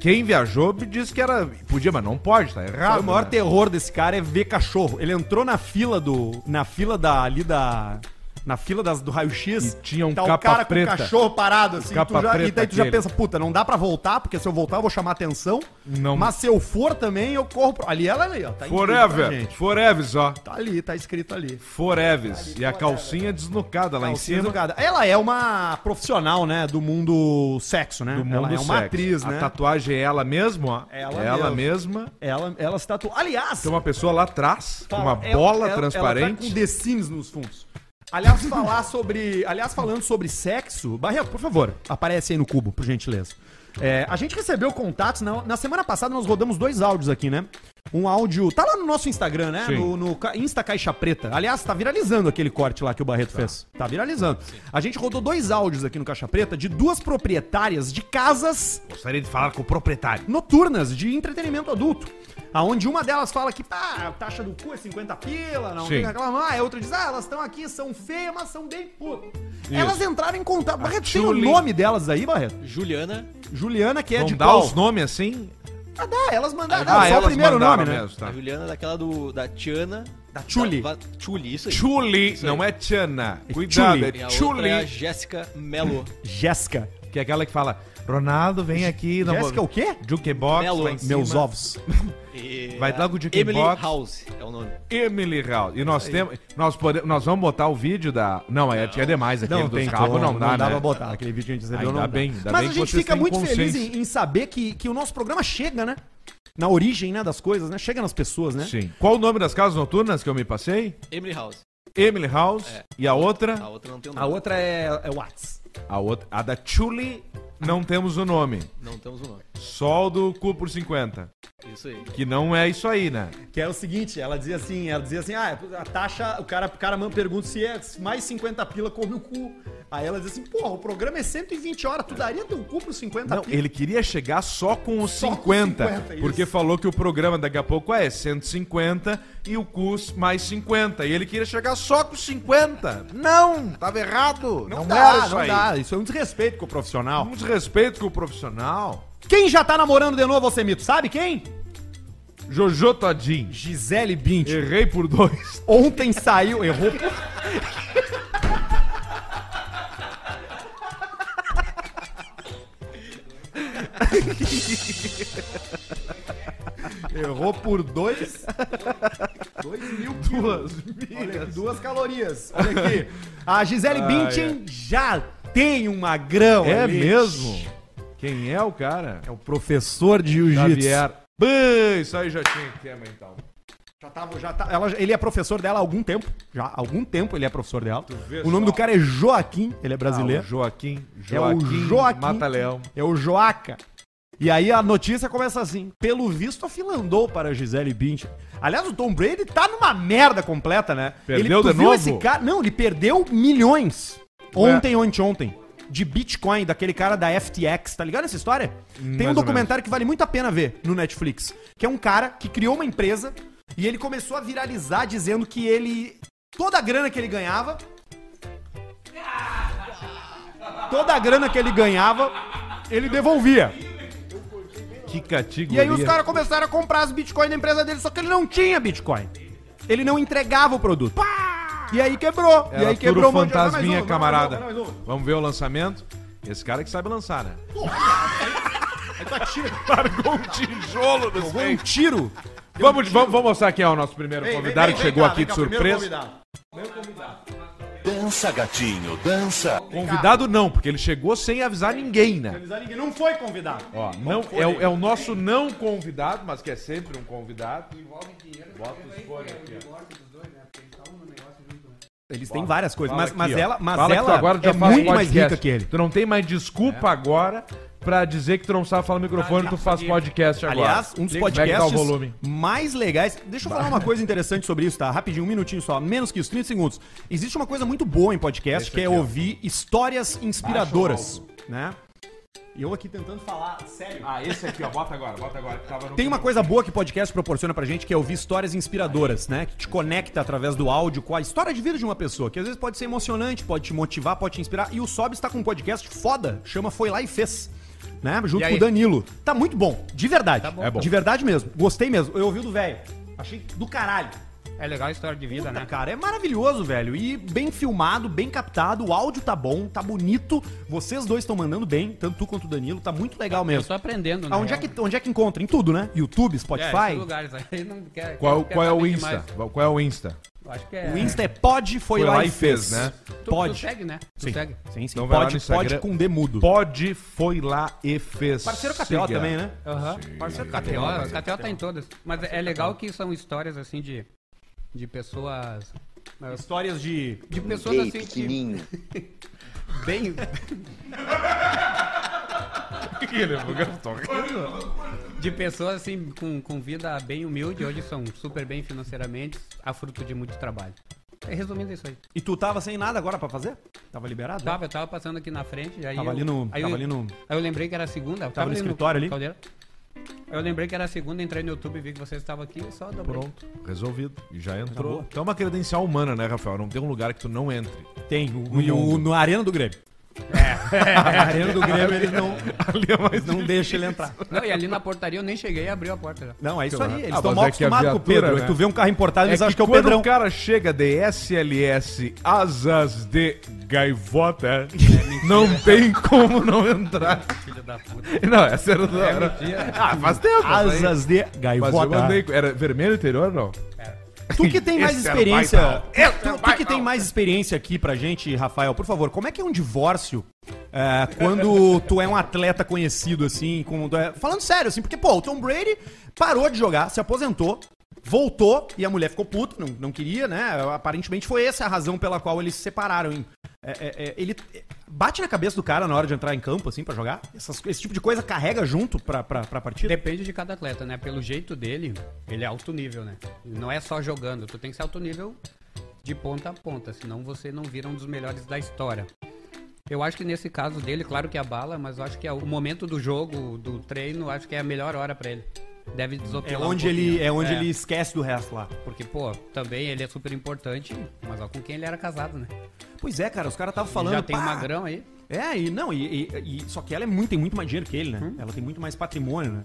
Speaker 2: Quem viajou me disse que era. Podia, mas não pode, tá errado.
Speaker 1: o maior
Speaker 2: né?
Speaker 1: terror desse cara é ver cachorro. Ele entrou na fila do. na fila da ali da. na fila das- do raio-x,
Speaker 2: E tinha um
Speaker 1: tá
Speaker 2: capa
Speaker 1: o cara
Speaker 2: preta.
Speaker 1: com o cachorro parado, assim,
Speaker 2: Capa
Speaker 1: tu já- e
Speaker 2: preta
Speaker 1: daí tu já
Speaker 2: aquele.
Speaker 1: pensa, puta, não dá pra voltar, porque se eu voltar eu vou chamar atenção,
Speaker 2: Não.
Speaker 1: mas se eu for também, eu corro pro... Ali ela ali, ó, tá escrito, tá,
Speaker 2: Forever.
Speaker 1: gente?
Speaker 2: Forever, ó.
Speaker 1: Tá ali, tá escrito ali.
Speaker 2: Forever. E a calcinha desnucada lá em
Speaker 1: Calcinha
Speaker 2: cima.
Speaker 1: educada. Ela é uma profissional, né, do mundo sexo, né?
Speaker 2: Do mundo
Speaker 1: ela é uma
Speaker 2: sexo.
Speaker 1: atriz, né?
Speaker 2: A tatuagem é ela mesma, ó. É
Speaker 1: Ela
Speaker 2: mesma.
Speaker 1: Ela, ela se tatuou. Aliás,
Speaker 2: Tem uma pessoa lá atrás, com uma
Speaker 1: Fala, Tá, ela-
Speaker 2: bola
Speaker 1: ela- Ela tá
Speaker 2: transparente.
Speaker 1: com The Sims nos fundos. Aliás, falar sobre, aliás, falando sobre sexo, Barreto, por favor, aparece aí no cubo, por gentileza. É, a gente recebeu contatos, na, na semana passada nós rodamos dois áudios aqui, né? Um áudio, tá lá no nosso Instagram, né?
Speaker 2: Sim.
Speaker 1: No, no Ca- Insta Caixa Preta. Aliás, tá viralizando aquele corte lá que o Barreto fez. Tá viralizando. A gente rodou dois áudios aqui no Caixa Preta de duas proprietárias de casas
Speaker 2: Gostaria de falar com o proprietário.
Speaker 1: noturnas de entretenimento adulto. Aonde uma delas fala que pá, a taxa do cu é 50 pila, não
Speaker 2: Sim.
Speaker 1: tem que reclamar. E a outra diz, ah, elas estão aqui, são feias, mas são bem putas. Elas entraram em contato. Barreto, tem o
Speaker 2: Julie-
Speaker 1: nome delas aí, Barreto?
Speaker 5: Juliana,
Speaker 1: Juliana, que é
Speaker 2: Não
Speaker 1: de
Speaker 2: dá
Speaker 1: qual?
Speaker 2: os nomes assim?
Speaker 1: Ah, dá, elas mandaram.
Speaker 2: Ah,
Speaker 1: Ah, só o
Speaker 2: elas
Speaker 1: primeiro
Speaker 2: mandaram
Speaker 1: nome, né?
Speaker 2: mesmo, tá.
Speaker 5: a Juliana daquela do da Tiana,
Speaker 1: Da Chuli.
Speaker 5: Da- Chuli, isso aí.
Speaker 2: Chuli, não é Tiana. Cuidado,
Speaker 5: E
Speaker 2: é
Speaker 5: a outra
Speaker 2: Chuli.
Speaker 5: é a Jéssica Melo.
Speaker 1: Jéssica.
Speaker 2: Que é aquela que fala, Ronaldo, vem aqui. não
Speaker 1: Jéssica é
Speaker 2: vou-
Speaker 1: o quê?
Speaker 2: Jukebox,
Speaker 5: Melo.
Speaker 2: lá em cima.
Speaker 1: Meus ovos.
Speaker 5: E
Speaker 2: Vai
Speaker 5: a
Speaker 2: logo de
Speaker 5: Emily
Speaker 2: kickbox.
Speaker 5: House é o nome.
Speaker 2: Emily Raul. E nós temos. Nós, podemos, nós vamos botar o vídeo da. Não, é, é demais aquele
Speaker 1: Não,
Speaker 2: do
Speaker 1: tem
Speaker 2: cabo,
Speaker 1: como,
Speaker 2: não, dá,
Speaker 1: dá
Speaker 2: né?
Speaker 1: pra botar. Aquele vídeo que a gente recebeu
Speaker 2: Ainda
Speaker 1: não
Speaker 2: bem,
Speaker 1: dá.
Speaker 2: ainda
Speaker 1: Mas
Speaker 2: bem
Speaker 1: a
Speaker 2: que
Speaker 1: gente
Speaker 2: vocês
Speaker 1: fica
Speaker 2: têm
Speaker 1: muito feliz
Speaker 2: consciência.
Speaker 1: em, em saber que, que o nosso programa chega, né? Na origem, né, das coisas, né? Chega nas pessoas, né?
Speaker 2: Sim. Qual o nome das casas noturnas que eu me passei?
Speaker 5: Emily House.
Speaker 2: Emily House. E a outra?
Speaker 5: A outra não tem o
Speaker 1: A
Speaker 5: nome.
Speaker 1: outra é, é Whats.
Speaker 2: A outra. A da Chuli, não temos o nome.
Speaker 5: Não temos o nome.
Speaker 2: Só o do cu por 50.
Speaker 5: Isso aí.
Speaker 2: Que não é isso aí, né?
Speaker 1: Que é o seguinte, ela dizia assim, ela dizia assim, ah, a taxa, o cara, o cara man- pergunta se é mais 50 pila come o cu. Aí ela diz assim, porra, o programa é 120 horas, tu daria teu cu por 50
Speaker 2: Não,
Speaker 1: pila?
Speaker 2: ele queria chegar só com os
Speaker 1: Só com
Speaker 2: 50,
Speaker 1: 50, isso.
Speaker 2: porque falou que o programa daqui a pouco é 150 e o custo mais 50. E ele queria chegar só com 50. Não, tava errado. Não, era isso aí.
Speaker 1: isso é um desrespeito com o profissional.
Speaker 2: Um desrespeito com o profissional.
Speaker 1: Quem já tá namorando de novo, você mito, sabe quem?
Speaker 2: Jojo Todinho.
Speaker 1: Gisele Bint.
Speaker 2: Errei por dois.
Speaker 1: Ontem saiu, errou. errou por dois. Dois mil duas, duas calorias. Olha aqui. A Gisele Bündchen já tem um magrão.
Speaker 2: É
Speaker 1: ali.
Speaker 2: mesmo? Quem é o cara?
Speaker 1: É o professor de jiu-jitsu.
Speaker 2: Xavier. Bem, isso aí já tinha que então. ter mental.
Speaker 1: Já tava- já tá- ela- ele é professor dela há algum tempo. Já há algum tempo ele é professor dela.
Speaker 2: vê
Speaker 1: O nome do
Speaker 2: só.
Speaker 1: cara é Joaquim, ele é
Speaker 2: Ah, o
Speaker 1: brasileiro.
Speaker 2: Joaquim,
Speaker 1: É o
Speaker 2: Joaquim,
Speaker 1: Joaquim.
Speaker 2: Mata Leão.
Speaker 1: É o Joaca. E aí a notícia começa assim: pelo visto, afilandou para Gisele Bündchen. Aliás, o Tom Brady tá numa merda completa, né?
Speaker 2: Perdeu
Speaker 1: ele, tu
Speaker 2: de
Speaker 1: viu
Speaker 2: novo?
Speaker 1: esse cara? Não, ele perdeu milhões ontem, ontem, ontem. De Bitcoin, daquele cara da FTX, tá ligado essa história? Tem
Speaker 2: mais
Speaker 1: um
Speaker 2: ou
Speaker 1: documentário que vale muito a pena ver no Netflix, que é um cara que criou uma empresa e ele começou a viralizar dizendo que ele. Toda a grana que ele ganhava. Toda a grana que ele ganhava, ele devolvia.
Speaker 2: Que
Speaker 1: E
Speaker 2: categoria.
Speaker 1: aí os caras começaram a comprar as Bitcoin da empresa dele, só que ele não tinha Bitcoin. Ele não entregava o produto. E aí quebrou. e
Speaker 2: Era
Speaker 1: aí
Speaker 2: tudo
Speaker 1: quebrou um monte de-
Speaker 2: fantasminha,
Speaker 1: Vai mais uma, vai
Speaker 2: camarada.
Speaker 1: mais um. uma, vai mais
Speaker 2: Vamos ver o lançamento. Esse cara que sabe lançar, né?
Speaker 1: uma. Tá tiro.
Speaker 2: Largou um tijolo no
Speaker 1: Jogou um tiro.
Speaker 2: Vamos, vamos, vamos mostrar quem é o nosso primeiro
Speaker 1: Vem,
Speaker 2: convidado
Speaker 1: vem,
Speaker 2: que
Speaker 1: vem
Speaker 2: chegou
Speaker 1: cá, vem
Speaker 2: aqui de
Speaker 1: cá, primeiro
Speaker 2: surpresa.
Speaker 1: convidado.
Speaker 6: Dança, gatinho, dança.
Speaker 2: Convidado não, porque ele chegou sem avisar ninguém, né?
Speaker 1: Avisar ninguém, Não foi convidado.
Speaker 2: Ó, não, é, o- é o nosso não convidado, mas que é sempre um convidado. Bota os fones aqui, ó.
Speaker 1: Eles têm várias coisas, mas,
Speaker 2: Fala
Speaker 1: mas
Speaker 2: aqui, ó.
Speaker 1: ela, mas
Speaker 2: Fala que tu
Speaker 1: ela
Speaker 2: agora já
Speaker 1: é
Speaker 2: faz
Speaker 1: muito mais
Speaker 2: podcast. Tá
Speaker 1: rica que ele.
Speaker 2: Tu não tem mais desculpa agora pra dizer que tu não sabe falar no microfone, tu faz podcast agora.
Speaker 1: Aliás, um dos
Speaker 2: Como é que tá
Speaker 1: podcasts
Speaker 2: o volume.
Speaker 1: mais legais. Deixa eu falar uma coisa interessante sobre isso, tá? Rapidinho, um minutinho só, menos que isso, 30 segundos. Existe uma coisa muito boa em podcast, que é ouvir histórias inspiradoras, né? E eu aqui tentando falar, sério.
Speaker 2: Ah, esse aqui, ó, bota agora, bota agora. Que tava no...
Speaker 1: Tem uma coisa boa que podcast proporciona pra gente, que é ouvir histórias inspiradoras, né? Que te conecta através do áudio com a história de vida de uma pessoa, que às vezes pode ser emocionante, pode te motivar, pode te inspirar. E o Sob está com um podcast foda, chama Foi Lá e Fez. Né? Junto com o Danilo. Tá muito bom, de verdade.
Speaker 2: bom.
Speaker 1: De verdade mesmo. Gostei mesmo. Eu ouvi o do velho. Achei do caralho.
Speaker 3: É legal a história de vida, né?
Speaker 1: Cara, é maravilhoso, velho. E bem filmado, bem captado, o áudio tá bom, tá bonito. Vocês dois estão mandando bem, tanto tu quanto o Danilo, tá muito legal
Speaker 6: Eu
Speaker 1: mesmo.
Speaker 6: tô aprendendo, né?
Speaker 1: Aonde é, que, onde é que encontra? Em tudo, né? YouTube,
Speaker 6: É,
Speaker 1: Spotify.
Speaker 6: esses lugares aí não quer-
Speaker 2: Qual,
Speaker 6: não quer
Speaker 2: qual é o
Speaker 6: saber
Speaker 2: Insta?
Speaker 6: demais.
Speaker 2: Qual é o Insta?
Speaker 6: Eu Acho que é...
Speaker 1: o Insta é pod, foi, lá, e fez,
Speaker 2: né?
Speaker 6: Tu,
Speaker 1: Pode.
Speaker 6: tu segue, né? Tu
Speaker 1: Sim.
Speaker 6: segue.
Speaker 1: Sim, sim.
Speaker 2: Então vai lá
Speaker 1: pode,
Speaker 2: no
Speaker 1: pode
Speaker 2: Instagram.
Speaker 1: com demudo.
Speaker 2: Pode, foi lá e fez.
Speaker 1: Parceiro KTO
Speaker 2: Siga.
Speaker 1: também, né?
Speaker 6: Aham. Parceiro KTO. KTO tá em todas. Mas é legal que são histórias, assim, de... De pessoas...
Speaker 1: Histórias de.
Speaker 6: De pessoas,
Speaker 7: Ei,
Speaker 6: assim, que...
Speaker 7: pequenininho.
Speaker 6: Bem...
Speaker 3: é
Speaker 6: de pessoas, assim, com, com vida bem humilde. Hoje são super bem financeiramente. A fruto de muito trabalho. É, Resumindo isso aí.
Speaker 1: E tu tava sem nada agora pra fazer? Tava liberado? né?
Speaker 6: Tava, eu tava passando aqui na frente. Aí
Speaker 1: Tava
Speaker 6: eu,
Speaker 1: ali no-
Speaker 6: Aí
Speaker 1: tava
Speaker 6: eu,
Speaker 1: ali no-
Speaker 6: Aí eu lembrei que era segunda. eu
Speaker 1: no escritório ali?
Speaker 6: Caldeira. Aí Eu lembrei que era segunda, entrei no YouTube, vi que vocês estavam aqui e só dobrei.
Speaker 2: Pronto, resolvido. E já entrou. Então é uma credencial humana, né, Rafael? Não tem um lugar que tu não entre.
Speaker 1: Tem. O, e o, no Arena do Grêmio. É. Na Arena do Grêmio eles não,
Speaker 2: é
Speaker 1: eles não deixam ele entrar.
Speaker 6: Não, e ali na portaria eu nem cheguei e abriu a porta. já.
Speaker 1: Não, é isso aí. Eles
Speaker 2: Ah,
Speaker 1: estão
Speaker 2: mas
Speaker 1: mal
Speaker 2: é que a
Speaker 1: acostumados com o
Speaker 2: viatura,
Speaker 1: Pedro.
Speaker 2: né?
Speaker 1: Tu vê um carro importado, eles
Speaker 2: é
Speaker 1: acham que é o
Speaker 2: quando
Speaker 1: Pedrão.
Speaker 2: o cara chega de SLS asas de
Speaker 6: É,
Speaker 2: gaivota, não tem como não entrar.
Speaker 6: Filha da puta. É,
Speaker 2: Não, essa era da hora. Ah, faz tempo. essa aí.
Speaker 1: Asas de
Speaker 2: Mas eu
Speaker 1: gaivota.
Speaker 2: mandei. Era vermelho interior não?
Speaker 1: Tu que tem mais
Speaker 2: Esse era
Speaker 1: experiência. É,
Speaker 2: baita.
Speaker 1: Tu, tu que tem mais experiência aqui pra gente, Rafael, por favor, como é que é um divórcio é, quando tu é um atleta conhecido, assim, com- é, falando sério, assim, porque, pô, o Tom Brady parou de jogar, se aposentou. Voltou e a mulher ficou puta, não, não queria, né? Aparentemente foi essa a razão pela qual eles se separaram, hein? É, é, é, ele é, bate na cabeça do cara na hora de entrar em campo, assim, pra jogar? Essas- esse tipo de coisa carrega junto pra, pra, pra partida?
Speaker 6: Depende de cada atleta, né? Pelo jeito dele, ele é alto nível, né? Não é só jogando, tu tem que ser alto nível de ponta a ponta, senão você não vira um dos melhores da história. Eu acho que nesse caso dele, claro que abala, mas eu acho que é o momento do jogo, do treino, acho que é a melhor hora pra ele. Deve
Speaker 1: É
Speaker 6: desopilar um
Speaker 1: onde, ele,
Speaker 6: pouquinho.
Speaker 1: é onde ele esquece do resto lá.
Speaker 6: Porque, pô, também ele é super importante, mas olha com quem ele era casado, né?
Speaker 1: Pois é, cara, os caras estavam
Speaker 6: Ele
Speaker 1: falando.
Speaker 6: já tem
Speaker 1: "Pá,
Speaker 6: um magrão aí.
Speaker 1: É, e não, e, e- e- só que ela é muito, tem muito mais dinheiro que ele,
Speaker 6: Uhum.
Speaker 1: né? Ela tem muito mais patrimônio, né?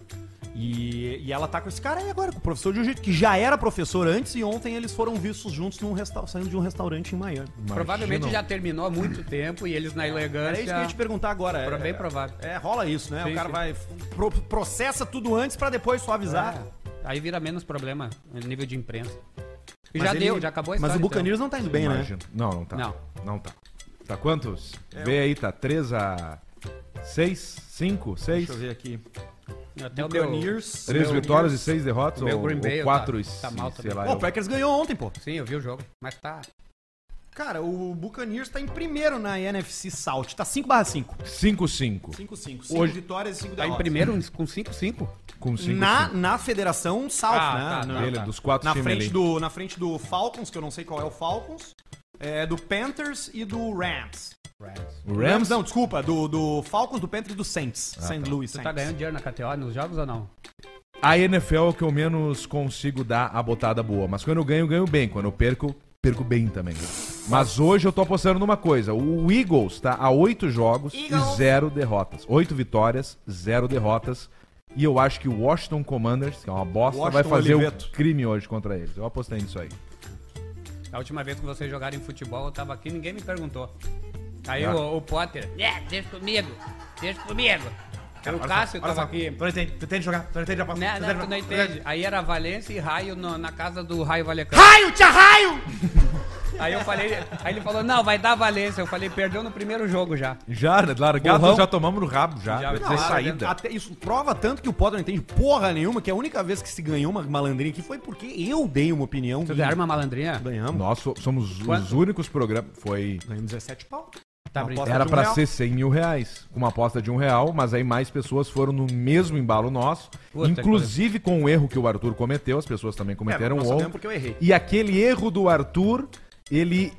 Speaker 1: E, e ela tá com esse cara aí agora, com o professor de jiu-jitsu, que já era professor antes e ontem eles foram vistos juntos num resta- saindo de um restaurante em Miami.
Speaker 6: Provavelmente já terminou há muito tempo e eles na
Speaker 1: Era isso que eu ia
Speaker 6: elegância.
Speaker 1: te perguntar agora. É,
Speaker 6: Pro- bem provável.
Speaker 1: É, rola isso, né? o
Speaker 6: Sim,
Speaker 1: cara
Speaker 6: sim.
Speaker 1: vai f- pro- processa tudo antes pra depois suavizar.
Speaker 6: É. Aí vira menos problema no nível de imprensa. E
Speaker 1: Mas
Speaker 6: já
Speaker 1: ele-
Speaker 6: deu, já acabou a
Speaker 1: Mas
Speaker 6: história.
Speaker 1: o
Speaker 6: então.
Speaker 1: Buccaneers não tá indo bem, né?
Speaker 2: Imagino. Não, não tá.
Speaker 6: Não.
Speaker 2: Não tá. Tá quantos?
Speaker 1: É
Speaker 2: Vê
Speaker 1: um-
Speaker 2: aí, tá 3 a 6, 5, 6.
Speaker 1: Deixa eu ver aqui.
Speaker 6: então.
Speaker 1: é
Speaker 6: Até o meu...
Speaker 1: Buccaneers.
Speaker 2: 3 vitórias e 6 derrotas
Speaker 6: o meu
Speaker 2: ou
Speaker 6: Green Bay
Speaker 2: 4
Speaker 6: tá-
Speaker 2: e
Speaker 6: tá mal
Speaker 2: sei
Speaker 6: também.
Speaker 2: lá.
Speaker 1: Pô,
Speaker 2: eu-
Speaker 1: o Packers ganhou ontem, pô.
Speaker 6: Sim, eu vi o jogo, mas tá...
Speaker 1: Cara, o Buccaneers tá em primeiro na NFC South. Tá 5/5.
Speaker 2: 5-5.
Speaker 1: 5-5.
Speaker 2: Hoje-
Speaker 1: vitórias e 5
Speaker 6: Tá em primeiro com 5-5?
Speaker 2: Com 5
Speaker 1: na, na Federação South,
Speaker 6: Ah,
Speaker 1: né?
Speaker 6: tá,
Speaker 1: na,
Speaker 2: Ele, dos quatro
Speaker 1: na
Speaker 2: times
Speaker 1: frente
Speaker 2: ali.
Speaker 1: do, na frente do Falcons, que eu não sei qual é o Falcons, é, do Panthers e do Rams.
Speaker 2: O Rams Ah,
Speaker 1: não, desculpa, do, do Falcons, do Panthers e do Saints. St. Louis
Speaker 6: Tu
Speaker 1: Saints.
Speaker 6: tá ganhando dinheiro na KTO nos jogos ou não?
Speaker 2: A NFL é o que eu menos consigo dar a botada boa. Mas quando eu ganho, eu ganho bem. Quando eu perco, perco bem também. Mas hoje eu tô apostando numa coisa. O Eagles tá a oito jogos e zero derrotas. Oito vitórias, zero derrotas. E eu acho que o Washington Commanders, que é uma bosta, vai
Speaker 1: Washington
Speaker 2: fazer
Speaker 1: Oliveto.
Speaker 2: um crime hoje contra eles. Eu apostei nisso aí.
Speaker 6: A última vez que vocês jogaram em futebol, eu tava aqui e ninguém me perguntou. Aí
Speaker 1: Ah.
Speaker 6: o, o Potter... É, deixa comigo, deixa comigo. o Cássio tava aqui...
Speaker 3: Tu não entende, tu entende jogar, tu não entende a bola.
Speaker 6: Né, né, tu não entende. Aí era Valência e Raio no- na casa do Raio Valecão.
Speaker 1: Raio, tia raio!
Speaker 6: Aí eu falei, aí ele falou, não, vai dar Valência. Eu falei, perdeu no primeiro jogo já.
Speaker 2: Já, né? Largado,
Speaker 6: Porrão.
Speaker 2: já tomamos no rabo, já.
Speaker 6: Já,
Speaker 2: Quer
Speaker 6: não,
Speaker 2: dizer,
Speaker 6: a-
Speaker 2: saída.
Speaker 1: Até isso prova tanto que o Potter não entende porra nenhuma, que a única vez que se ganhou uma malandrinha aqui foi porque eu dei uma opinião.
Speaker 6: Tu
Speaker 1: e
Speaker 6: ganharam uma malandrinha?
Speaker 1: Ganhamos.
Speaker 2: Nós so- somos os
Speaker 6: Quanto?
Speaker 2: únicos programas... Foi...
Speaker 1: Ganhamos 17 pau.
Speaker 6: Tá
Speaker 1: Uma
Speaker 6: brincando.
Speaker 1: aposta
Speaker 2: Era
Speaker 1: de um
Speaker 2: pra
Speaker 1: real.
Speaker 2: ser 100 mil reais, com uma aposta de um real, mas aí mais pessoas foram no mesmo embalo nosso,
Speaker 6: Puta que
Speaker 2: inclusive com o erro que o Arthur cometeu, as pessoas também cometeram
Speaker 1: É, nós
Speaker 2: o
Speaker 1: só
Speaker 2: erro.
Speaker 1: ganhamos porque eu errei.
Speaker 2: E aquele erro do Arthur, ele